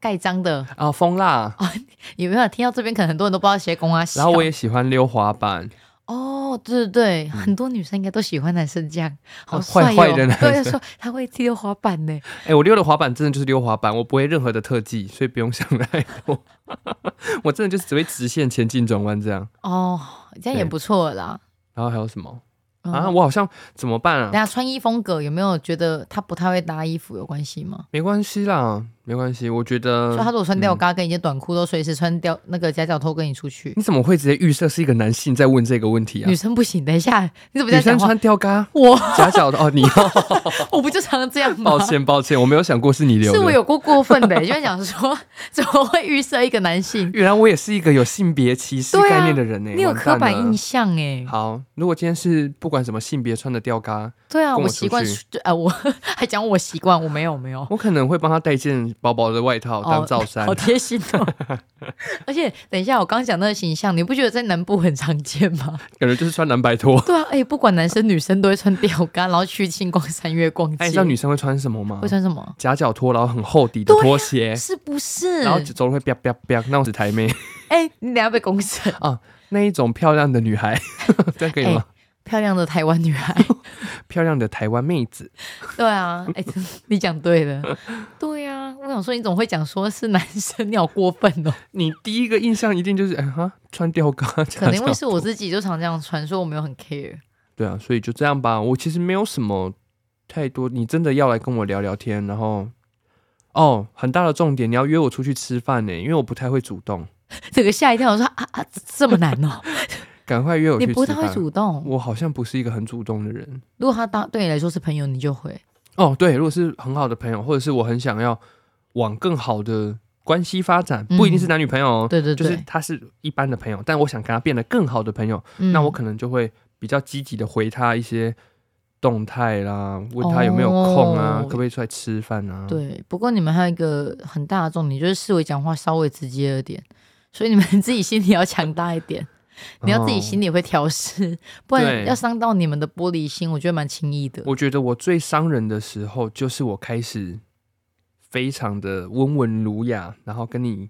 Speaker 2: 盖章的。
Speaker 1: 啊，风蜡，
Speaker 2: 哦有没有听到这边？可能很多人都不知道写公啊。
Speaker 1: 然后我也喜欢溜滑板，
Speaker 2: 哦，对对对，很多女生应该都喜欢男生这样，好
Speaker 1: 啊
Speaker 2: 帅
Speaker 1: 坏
Speaker 2: 哦。
Speaker 1: 坏的男
Speaker 2: 对，说他会踢溜滑板呢。
Speaker 1: 哎、我溜的滑板真的就是溜滑板，我不会任何的特技，所以不用想太多。 我真的就是只会直线前进转弯这样。
Speaker 2: 哦，这样也
Speaker 1: 对
Speaker 2: 不错啦。
Speaker 1: 然后还有什么
Speaker 2: 嗯、
Speaker 1: 啊？我好像怎么办
Speaker 2: 等
Speaker 1: 啊？
Speaker 2: 下穿衣风格有没有觉得他不太会搭衣服有关系吗？
Speaker 1: 没关系啦，没关系。我觉
Speaker 2: 所以他
Speaker 1: 得
Speaker 2: 如果穿吊嘎跟一件短裤，都随时穿吊那个夹脚拖跟你出去。
Speaker 1: 你怎么会直接预设是一个男性在问这个问题啊
Speaker 2: 女？生不行，等一下，你怎么
Speaker 1: 女
Speaker 2: 在
Speaker 1: 生
Speaker 2: 讲话？
Speaker 1: 穿吊嘎
Speaker 2: 我
Speaker 1: 夹脚的哦，你
Speaker 2: 我不就常这样吗？
Speaker 1: 抱 歉抱歉，我没有想过是你留
Speaker 2: 是我
Speaker 1: 的。
Speaker 2: 有过过分的、就在想说， 怎么会预设一个 男性？
Speaker 1: 原来我也是一个有性别歧视
Speaker 2: 对啊
Speaker 1: 概念的人呢、
Speaker 2: 你有
Speaker 1: 完
Speaker 2: 刻
Speaker 1: 蛋
Speaker 2: 板
Speaker 1: 了
Speaker 2: 印象哎、
Speaker 1: 好，如果今天是不管什么性别穿的吊嘎，
Speaker 2: 对啊，
Speaker 1: 跟我
Speaker 2: 我习惯
Speaker 1: 出去，
Speaker 2: 呃，我 还讲我习惯，我没有我没有，
Speaker 1: 我可能会帮他带一件薄薄的外套当啊罩衫。
Speaker 2: 哦好贴心 哦。而且等一下，我刚讲那个形象，你不觉得在南部很常见吗？
Speaker 1: 感觉就是穿蓝白拖。
Speaker 2: 对啊，哎、不管男生女生都会穿吊杆，然后去星光三月逛街。
Speaker 1: 哎，你知道女生会穿什么吗
Speaker 2: 会？穿什么？
Speaker 1: 夹脚拖，然后很厚底的拖鞋，
Speaker 2: 啊是不是？
Speaker 1: 哎然后走路会啪啪啪那种纸台 妹啊
Speaker 2: 哎、你等一下被公审。哎
Speaker 1: 那一种漂亮的女孩， 这样可以吗？
Speaker 2: 漂亮的台湾女孩，
Speaker 1: 漂亮的台湾妹子，
Speaker 2: 对啊， 哎、真的你讲对了，对啊，我想说你总会讲说是男生，你好过分 哦。
Speaker 1: 你第一个印象一定就是哎哈穿吊嘎，
Speaker 2: 可
Speaker 1: 夹
Speaker 2: 能因为
Speaker 1: 脚
Speaker 2: 是我自己就常这样传说，我没有很 care。
Speaker 1: 对啊，所以就这样吧。我其实没有什么太多，你真的要来跟我聊聊天，然后哦，很大的重点，你要约我出去吃饭呢，因为我不太会主动，
Speaker 2: 这个吓一跳，我说啊啊，这么难哦、
Speaker 1: 赶快 约我
Speaker 2: 你
Speaker 1: 去吃
Speaker 2: 不
Speaker 1: 饭。
Speaker 2: 太会主动。
Speaker 1: 我好像不是一个很主动的人。
Speaker 2: 如果他当对你来说是朋友，你就会。
Speaker 1: 哦，对，如果是很好的朋友，或者是我很想要往更好的关系发展，
Speaker 2: 嗯
Speaker 1: 不一定是男女朋友哦，
Speaker 2: 对对
Speaker 1: 就是
Speaker 2: 对，
Speaker 1: 他是一般的朋友，但我想跟他变得更好的朋友，
Speaker 2: 嗯
Speaker 1: 那我可能就会比较积极的回他一些动态啦，问他有没有空啊，
Speaker 2: 哦
Speaker 1: 可不可以出来吃饭啊？，
Speaker 2: 对。不过你们还有一个很大的重点，就是思维讲话稍微直接了点，所以你们自己心里要强大 一点，你要自己心
Speaker 1: 里。
Speaker 2: 里会调试，不
Speaker 1: 哦对
Speaker 2: 然要伤到你们的玻璃心，我觉得蛮轻易的。
Speaker 1: 我觉得我最伤人的时候，就是我开始非常的温文儒雅，然后跟你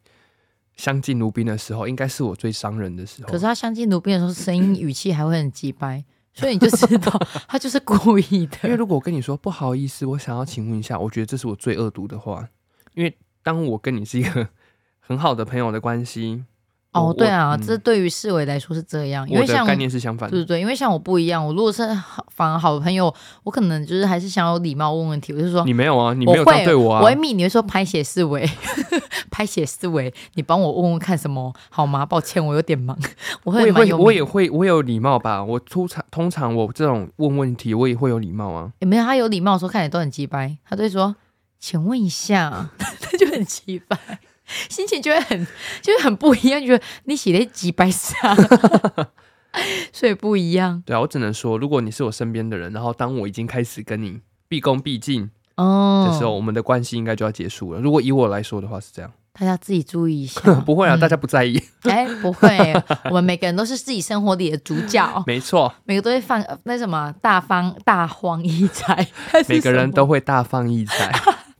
Speaker 1: 相敬如宾的时候，应该是我最伤人的时候。
Speaker 2: 可是他相敬如宾的时候，声音语气还会很急掰， 所以你就知 道他就是故意
Speaker 1: 因为
Speaker 2: 的。
Speaker 1: 如果我跟你说不好意思，我想要请问一下，我觉得这是我最恶毒的话，因为当我跟你是一个 很好的朋友的关系，我
Speaker 2: 哦，对啊，
Speaker 1: 我嗯
Speaker 2: 这对于世伟来说是这样，因
Speaker 1: 我
Speaker 2: 为像
Speaker 1: 的概念是相反
Speaker 2: 对
Speaker 1: 的。
Speaker 2: 对对，因为像我不一样，我如果是好反而好的朋友，我可能就是还是想要有礼貌问问题，我就说
Speaker 1: 你没有啊，你
Speaker 2: 我
Speaker 1: 没有这样
Speaker 2: 会
Speaker 1: 对我啊，
Speaker 2: 我会密，你会说拍写思维， 拍写思维，你帮我问问看什么好吗？抱歉，我有点忙，
Speaker 1: 我
Speaker 2: 我会
Speaker 1: 也
Speaker 2: 蛮
Speaker 1: 会，
Speaker 2: 有
Speaker 1: 我
Speaker 2: 名
Speaker 1: 也
Speaker 2: 的。
Speaker 1: 会，我有礼貌吧。我通常通常我这种问问题，我也会有礼貌啊。
Speaker 2: 也没有他有礼貌的时候，看起来都很鸡掰，他就会说，请问一 下，他就很鸡掰。心情就会很，就是很不一样，就觉得你写的几百 啥，所以不一样
Speaker 1: 对啊，我只能说，如果你是我身边的人，然后当我已经开始跟你毕恭毕敬
Speaker 2: 哦。
Speaker 1: 的时候，我们的关系应该就要结束了。如果以我来说的话是这样，。
Speaker 2: 大家自己注意一下
Speaker 1: 不会啊，
Speaker 2: 嗯
Speaker 1: 大家不在意，
Speaker 2: 哎，不会，我们每个人都是自己生活里的主角，
Speaker 1: 没错，
Speaker 2: 每个都会放呃那什么大方大荒一 彩，
Speaker 1: 每个人都会大放异 彩，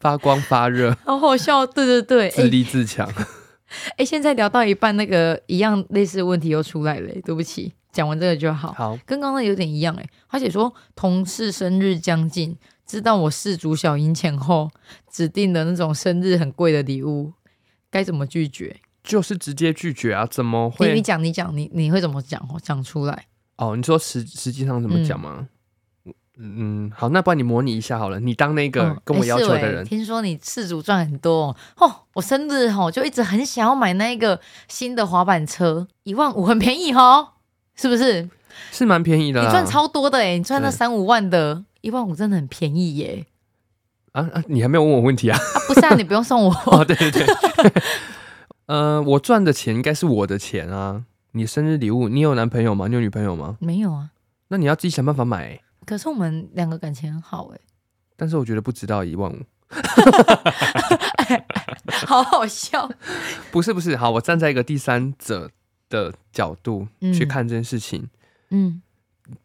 Speaker 1: 发光发热。
Speaker 2: 好好笑。对对对，
Speaker 1: 自
Speaker 2: 哎
Speaker 1: 立自强。
Speaker 2: 哎，现在聊到一半，那个一样类似的问题又出来了，对不起，讲完这个就好，
Speaker 1: 好，
Speaker 2: 跟刚刚有点一样哎。他写说同事生日将近，知道我事主小英前后指定的那种生日很贵的礼物，该怎么拒绝？
Speaker 1: 就是直接拒绝啊，怎么
Speaker 2: 你你
Speaker 1: 会？
Speaker 2: 讲你讲你你会怎么讲讲出来？
Speaker 1: 哦，你说实实际上怎么讲吗？嗯好，那不然你模拟一下好了，你当那个
Speaker 2: 嗯
Speaker 1: 跟我
Speaker 2: 诶
Speaker 1: 要
Speaker 2: 是
Speaker 1: 求的
Speaker 2: 诶
Speaker 1: 人，
Speaker 2: 听说你次主赚很多哦，哦我生日哦就一直很想要买那个新的滑板车，一万五很便宜哦，是不是？
Speaker 1: 是蛮便宜的啦。
Speaker 2: 你赚超多的哎，你赚那
Speaker 1: 啊对
Speaker 2: 三五万的，一万五真的很便宜耶！
Speaker 1: 啊啊！你还没有问我问题啊？
Speaker 2: 啊，不是啊，你不用送我，
Speaker 1: 哦， 对对对，呃，我赚的钱应该是我的钱啊。你生日礼物，你有男朋友吗？你有女朋友吗？
Speaker 2: 没有啊。
Speaker 1: 那你要自己想办法买欸、
Speaker 2: 可是我们两个感情很好 哎，
Speaker 1: 但是我觉得不值到一万五。
Speaker 2: 好好笑。
Speaker 1: 不是不是，好，我站在一个第三者的角度
Speaker 2: 嗯
Speaker 1: 去看这件事情。
Speaker 2: 嗯，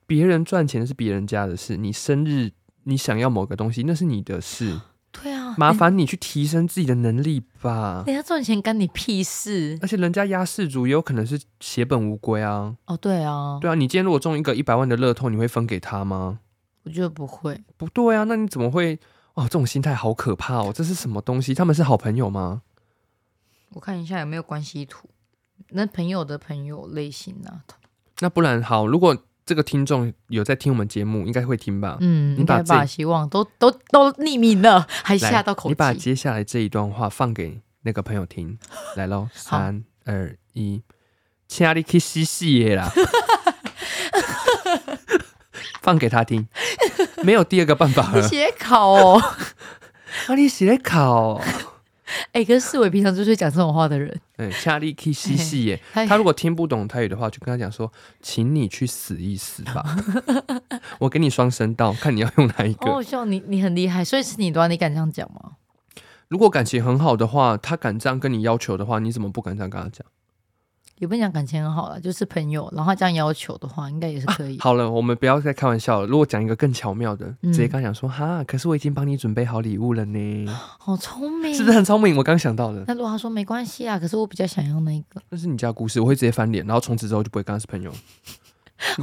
Speaker 1: 别人赚钱是别人家的事，你生日你想要某个东西，那是你的事，
Speaker 2: 对啊，
Speaker 1: 麻烦你去提升自己的能力吧。
Speaker 2: 人家赚钱干你屁事
Speaker 1: 而且人家压世族也有可能是血本无归啊。
Speaker 2: 哦。对啊，
Speaker 1: 对啊，你今天如果中一个一百万的乐透，你会分给他吗？
Speaker 2: 我觉得不会。
Speaker 1: 不对啊，那你怎么会？哦，这种心态好可怕哦！这是什么东西？他们是好朋友吗？
Speaker 2: 我看一下有没有关系图，那朋友的朋友类型啊，
Speaker 1: 那不然好，如果这个听众有在听我们节目，应该会听吧？
Speaker 2: 嗯，
Speaker 1: 你
Speaker 2: 应
Speaker 1: 把
Speaker 2: 该把
Speaker 1: 这
Speaker 2: 希望都都都匿名了，还
Speaker 1: 来
Speaker 2: 吓到口
Speaker 1: 你把
Speaker 2: 气。
Speaker 1: 接下来这一段话放给那个朋友听，来喽，
Speaker 2: 好
Speaker 1: 三二一，亲爱的，去洗洗耶 啦，放给他听，没有第二个办法
Speaker 2: 你
Speaker 1: 了。
Speaker 2: 写考哦，
Speaker 1: 啊，你写考，
Speaker 2: 哎、可是思维平常就是讲这种话的人，哎
Speaker 1: 嗯，亲爱的，去洗洗耶。
Speaker 2: 他
Speaker 1: 他如果听不懂泰语的话，就跟他讲说，请你去死一死吧， 我给你双声道，看你要用哪一个。
Speaker 2: 哦，笑你你很厉害，所以是你的话，你敢这样讲 吗？
Speaker 1: 如果感情很好的话，他敢这样跟你要求的话，你怎么不敢这样跟他讲？
Speaker 2: 也不能讲感情很好啦，就是朋友，然后他这样要求的话，应该也是可以。
Speaker 1: 好了，我们不要再开玩笑了。如果讲一个更巧妙的，
Speaker 2: 嗯
Speaker 1: 直接跟他讲说：“哈，可是我已经帮你准备好礼物了呢，
Speaker 2: 好哦聪明，啊
Speaker 1: 是不是很聪明？”我刚想到的，
Speaker 2: 那如果他说没关系啊，可是我比较想要那个，
Speaker 1: 那是你家故事，我会直接翻脸，然后从此之后就不会跟他是朋友。
Speaker 2: 哦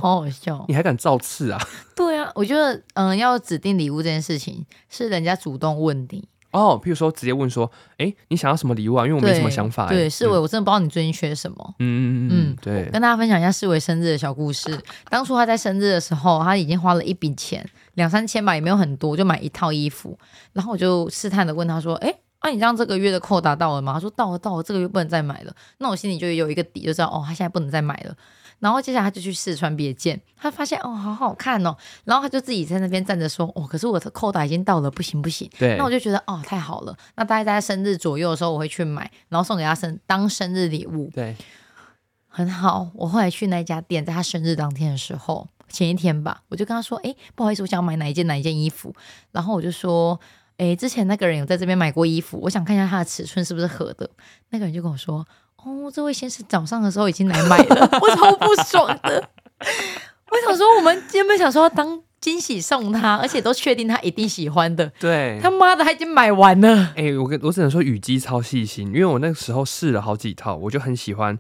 Speaker 2: 好好笑。哦
Speaker 1: 你还敢造次啊？
Speaker 2: 对啊，我觉得嗯、要指定礼物这件事情是人家主动问你，
Speaker 1: 哦，譬如说直接问说：“哎、你想要什么礼物啊？”因为我没
Speaker 2: 对
Speaker 1: 什么想法、欸。
Speaker 2: 对，是我，我真的不知道你最近缺什么。
Speaker 1: 嗯嗯嗯嗯
Speaker 2: 嗯，
Speaker 1: 对。
Speaker 2: 跟大家分享一下世维生日的小故事。当初他在生日的时候，他已经花了一笔钱，两三千吧，也没有很多，就买一套衣服。然后我就试探的问他说：“哎、那、你这样这个月的扣打到了吗？”他说：“到了，到了，这个月不能再买了。”那我心里就有一个底，就知道哦，他现在不能再买了。然后接下来他就去试穿别件，他发现哦，好好看哦，然后他就自己在那边站着说：“哦，可是我的扣打已经到了，不行不行。”
Speaker 1: 对，
Speaker 2: 那我就觉得哦，太好了。那大概在他生日左右的时候，我会去买，然后送给他生当生日礼物。
Speaker 1: 对，
Speaker 2: 很好，我后来去那一家店，在他生日当天的时候，前一天吧，我就跟他说：“哎、不好意思，我想买哪一件哪一件衣服。”然后我就说：“哎、之前那个人有在这边买过衣服，我想看一下他的尺寸是不是合的。”那个人就跟我说：“哦，这位先生早上的时候已经来买了。” 我超不爽的。 我想说，我们原本想说要当惊喜送他，而且都确定他一定喜欢的。
Speaker 1: 对，
Speaker 2: 他妈的，他已经买完了。
Speaker 1: 哎、我跟我只能说雨姬超细心，因为我那个时候试了好几套，我就很喜欢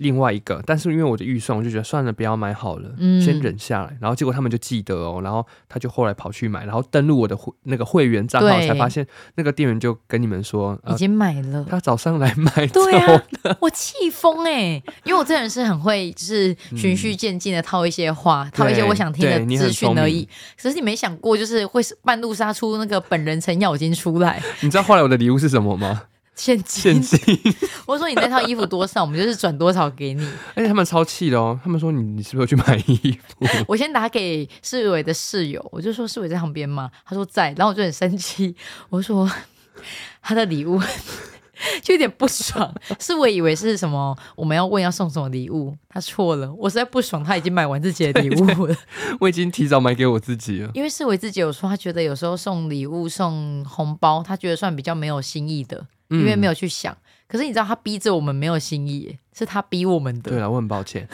Speaker 1: 另外一个，但是因为我的预算，我就觉得算了，不要买好了，
Speaker 2: 嗯
Speaker 1: 先忍下来。然后结果他们就记得哦，然后他就后来跑去买，然后登录我的会那个会员账号，
Speaker 2: 对
Speaker 1: 才发现那个店员就跟你们说，
Speaker 2: 已
Speaker 1: 呃，
Speaker 2: 经买了，
Speaker 1: 他早上来 买走
Speaker 2: 对啊，我气疯哎，因为我这人是很会，就是循序渐进的套一些话，套一些我想听
Speaker 1: 对你
Speaker 2: 的
Speaker 1: 很
Speaker 2: 资讯
Speaker 1: 聪明
Speaker 2: 而已。可是你没想过，就是会是半路杀出那个本人程咬金出来，
Speaker 1: 你知道后来我的礼物是什么吗？
Speaker 2: 现
Speaker 1: 现
Speaker 2: 金。
Speaker 1: 金，
Speaker 2: 我说你那套衣服多少，我们就是转多少给你。
Speaker 1: 而且他们超气的哦，他们说你你是不是有去买衣服？
Speaker 2: 我先打给世伟的室友，我就说世伟在旁边嘛，他说在，然后我就很生气，我说他的礼物就有点不爽，是我以为是什么我们要问要送什么礼物，他错了，我实在不爽，他已经买完自己的礼物了，
Speaker 1: 我已经提早买给我自己了。
Speaker 2: 因为世伟自己有说，他觉得有时候送礼物送红包，他觉得算比较没有新意的，因为没有去想。可是你知道他逼着我们没有新意耶，是他逼我们的。
Speaker 1: 对了，我很抱歉。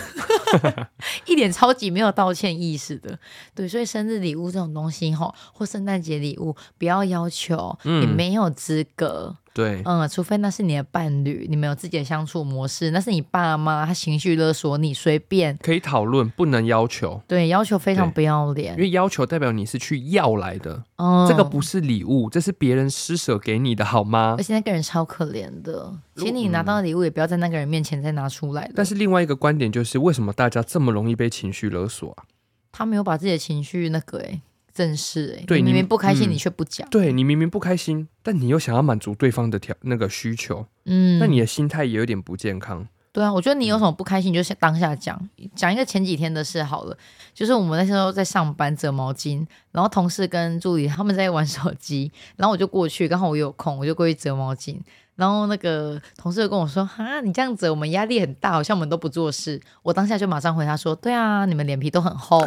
Speaker 2: 一点超级没有道歉意识的，对，所以生日礼物这种东西吼，或圣诞节礼物，不要要求，
Speaker 1: 嗯
Speaker 2: 你没有资格，
Speaker 1: 对，
Speaker 2: 嗯，除非那是你的伴侣，你们有自己的相处模式，那是你爸妈，他情绪勒索你，随便，
Speaker 1: 可以讨论，不能要求。
Speaker 2: 对，要求非常
Speaker 1: 对
Speaker 2: 不要
Speaker 1: 因
Speaker 2: 脸，
Speaker 1: 为要求代表你是去要来的，
Speaker 2: 嗯，
Speaker 1: 这个不，是礼物，这是别人施舍给你的，好吗
Speaker 2: 而？且那个人超可怜的，
Speaker 1: 如嗯
Speaker 2: 请你拿到的礼物也不要在那个人面前再拿出来了。
Speaker 1: 但是另外一个观点就是，为什么大家这么容易被情绪勒索啊？
Speaker 2: 他没有把自己的情绪那个哎、正视哎、
Speaker 1: 对
Speaker 2: 你
Speaker 1: 你
Speaker 2: 明明不开心，
Speaker 1: 嗯
Speaker 2: 你却不讲，
Speaker 1: 对你明明不开心，但你又想要满足对方的条那个需求，
Speaker 2: 嗯，
Speaker 1: 那你的心态也有点不健康。
Speaker 2: 对啊，我觉得你有什么不开心，你就先当下讲，讲一个前几天的事好了。就是我们那时候在上班折毛巾，然后同事跟助理他们在玩手机，然后我就过去，刚好我有空，我就过去折毛巾。然后那个同事就跟我说：“哈，你这样子，我们压力很大，好像我们都不做事。”我当下就马上回他说：“对啊，你们脸皮都很厚。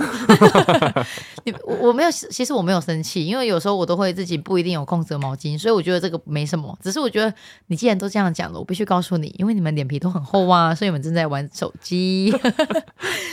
Speaker 2: 你”我我没有，其实我没有生气，因为有时候我都会自己不一定有空折毛巾，所以我觉得这个没什么。只是我觉得你既然都这样讲了，我必须告诉你，因为你们脸皮都很厚啊，所以你们正在玩手机。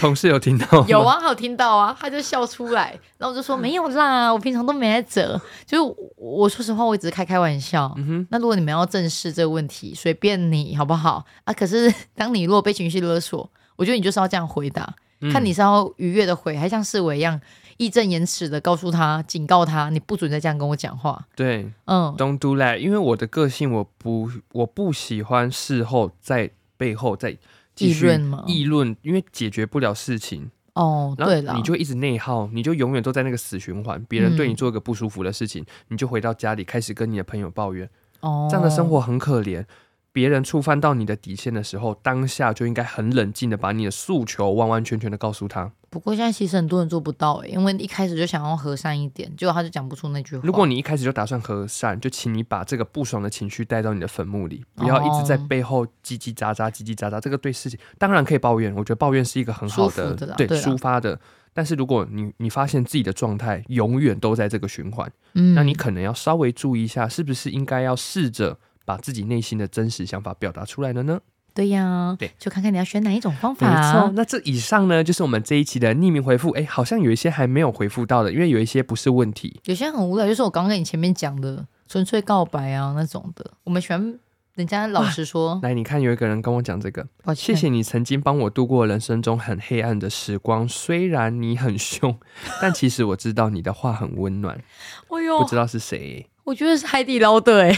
Speaker 1: 同事有听到吗
Speaker 2: 有，啊，他有听到啊，他就笑出来，然后我就说没有啦，我平常都没在折。就是我我说实话，我只是开开玩笑。那如果你们要正视这个问题，随便你好不好啊？可是 当你如果被情绪勒索，我觉得你就是要这样回答，
Speaker 1: 嗯
Speaker 2: 看你是要愉悦的回，还像世伟一样义正言辞的告诉他、警告他，你不准再这样跟我讲话。
Speaker 1: 对
Speaker 2: 嗯，
Speaker 1: ，Don't do that，因为我的个性，我不我不喜欢事后在背后再继
Speaker 2: 议
Speaker 1: 续
Speaker 2: 论嗯吗？
Speaker 1: 议论，因为解决不了事情，
Speaker 2: 哦，
Speaker 1: 然后
Speaker 2: 对了，
Speaker 1: 你就一直内耗，你就永远都在那个死循环。别人对你
Speaker 2: 嗯
Speaker 1: 做一个不舒服的事情，你就回到家里开始跟你的朋友抱怨，
Speaker 2: 哦
Speaker 1: 这样的生活很可怜。别人触犯到你的底线的时候，当下就应该很冷静的把你的诉求完完全全的告诉他。
Speaker 2: 不过现在其实很多人做不到欸诶、因为一开始就想要和善一点，结果他就讲不出那句话。
Speaker 1: 如果你一开始就打算和善，就请你把这个不爽的情绪带到你的坟墓里，不要一直在
Speaker 2: 哦
Speaker 1: 背后叽叽喳喳、叽叽喳喳。这个对事情当然可以抱怨，我觉得抱怨是一个很好
Speaker 2: 舒
Speaker 1: 的
Speaker 2: 服的啦
Speaker 1: 对
Speaker 2: 对啦
Speaker 1: 抒发的。但是如果你你发现自己的状态永远都在这个循环，
Speaker 2: 嗯，
Speaker 1: 那你可能要稍微注意一下，是不是应该要试着把自己内心的真实想法表达出来了呢？
Speaker 2: 对呀、
Speaker 1: 对
Speaker 2: 就看看你要选哪一种方
Speaker 1: 没
Speaker 2: 法、啊
Speaker 1: 错，那这以上呢，就是我们这一期的匿名回复。哎，好像有一些还没有回复到的，因为有一些不是问题。
Speaker 2: 有些很无聊，就是我刚刚跟你前面讲的纯粹告白啊那种的，我们喜欢人家老实说，
Speaker 1: 来，你看有一个人跟我讲这个，
Speaker 2: 抱
Speaker 1: 哎谢
Speaker 2: 歉，
Speaker 1: 谢你曾经帮我度过人生中很黑暗的时光。虽然你很凶，但其实我知道你的话很温暖。
Speaker 2: 哎
Speaker 1: 不
Speaker 2: 呦
Speaker 1: 知，道是谁，
Speaker 2: 我觉得是海底捞的哎、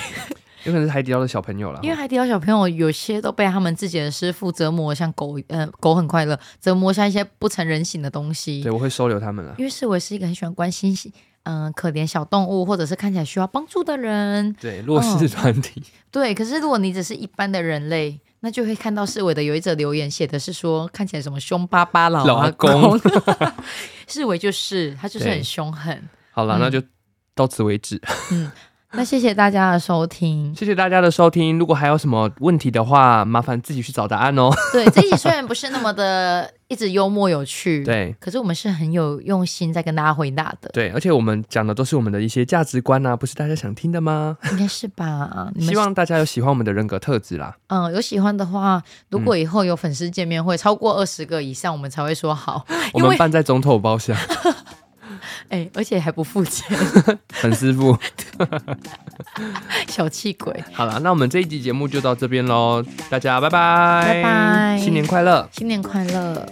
Speaker 1: 有可能是海底捞的小朋友啦。
Speaker 2: 因为海底捞小朋友有些都被他们自己的师傅折磨，像狗，呃，狗很快乐，折磨像一些不成人形的东西。
Speaker 1: 对，我会收留他们了。
Speaker 2: 因为世伟是一个很喜欢关心，嗯、可怜小动物或者是看起来需要帮助的人。
Speaker 1: 对，弱
Speaker 2: 哦
Speaker 1: 势团体。
Speaker 2: 对，可是如果你只是一般的人类，那就会看到世伟的有一则留言写的是说，看起来什么凶巴巴啊老
Speaker 1: 老阿
Speaker 2: 阿
Speaker 1: 公
Speaker 2: 世伟就是他就是
Speaker 1: 对
Speaker 2: 很凶狠。
Speaker 1: 好了，
Speaker 2: 嗯
Speaker 1: 那就到此为止。
Speaker 2: 那谢谢大家的收听。
Speaker 1: 谢谢大家的收听。如果还有什么问题的话，麻烦自己去找答案 哦。
Speaker 2: 对，这一集虽然不是那么的一直幽默有趣，，
Speaker 1: 对。
Speaker 2: 可是我们是很有用心在跟大家回答的，
Speaker 1: 对，而且我们讲的都是我们的一些价值观啊，不是大家想听的 吗？
Speaker 2: 应该是吧？啊你们
Speaker 1: 希望大家有喜欢我们的人格特质啦。
Speaker 2: 嗯，有喜欢的话，如
Speaker 1: 嗯
Speaker 2: 果以后有粉丝见面会、超过二十个以上，我们才会说好，
Speaker 1: 我
Speaker 2: 因
Speaker 1: 们
Speaker 2: 为
Speaker 1: 办在总统包厢，
Speaker 2: 哎、而且还不付钱，
Speaker 1: 很师傅。
Speaker 2: 小气鬼，
Speaker 1: 好了，那我们这一集节目就到这边喽，大家拜拜，
Speaker 2: 拜拜
Speaker 1: 新年快乐。
Speaker 2: 新年快乐！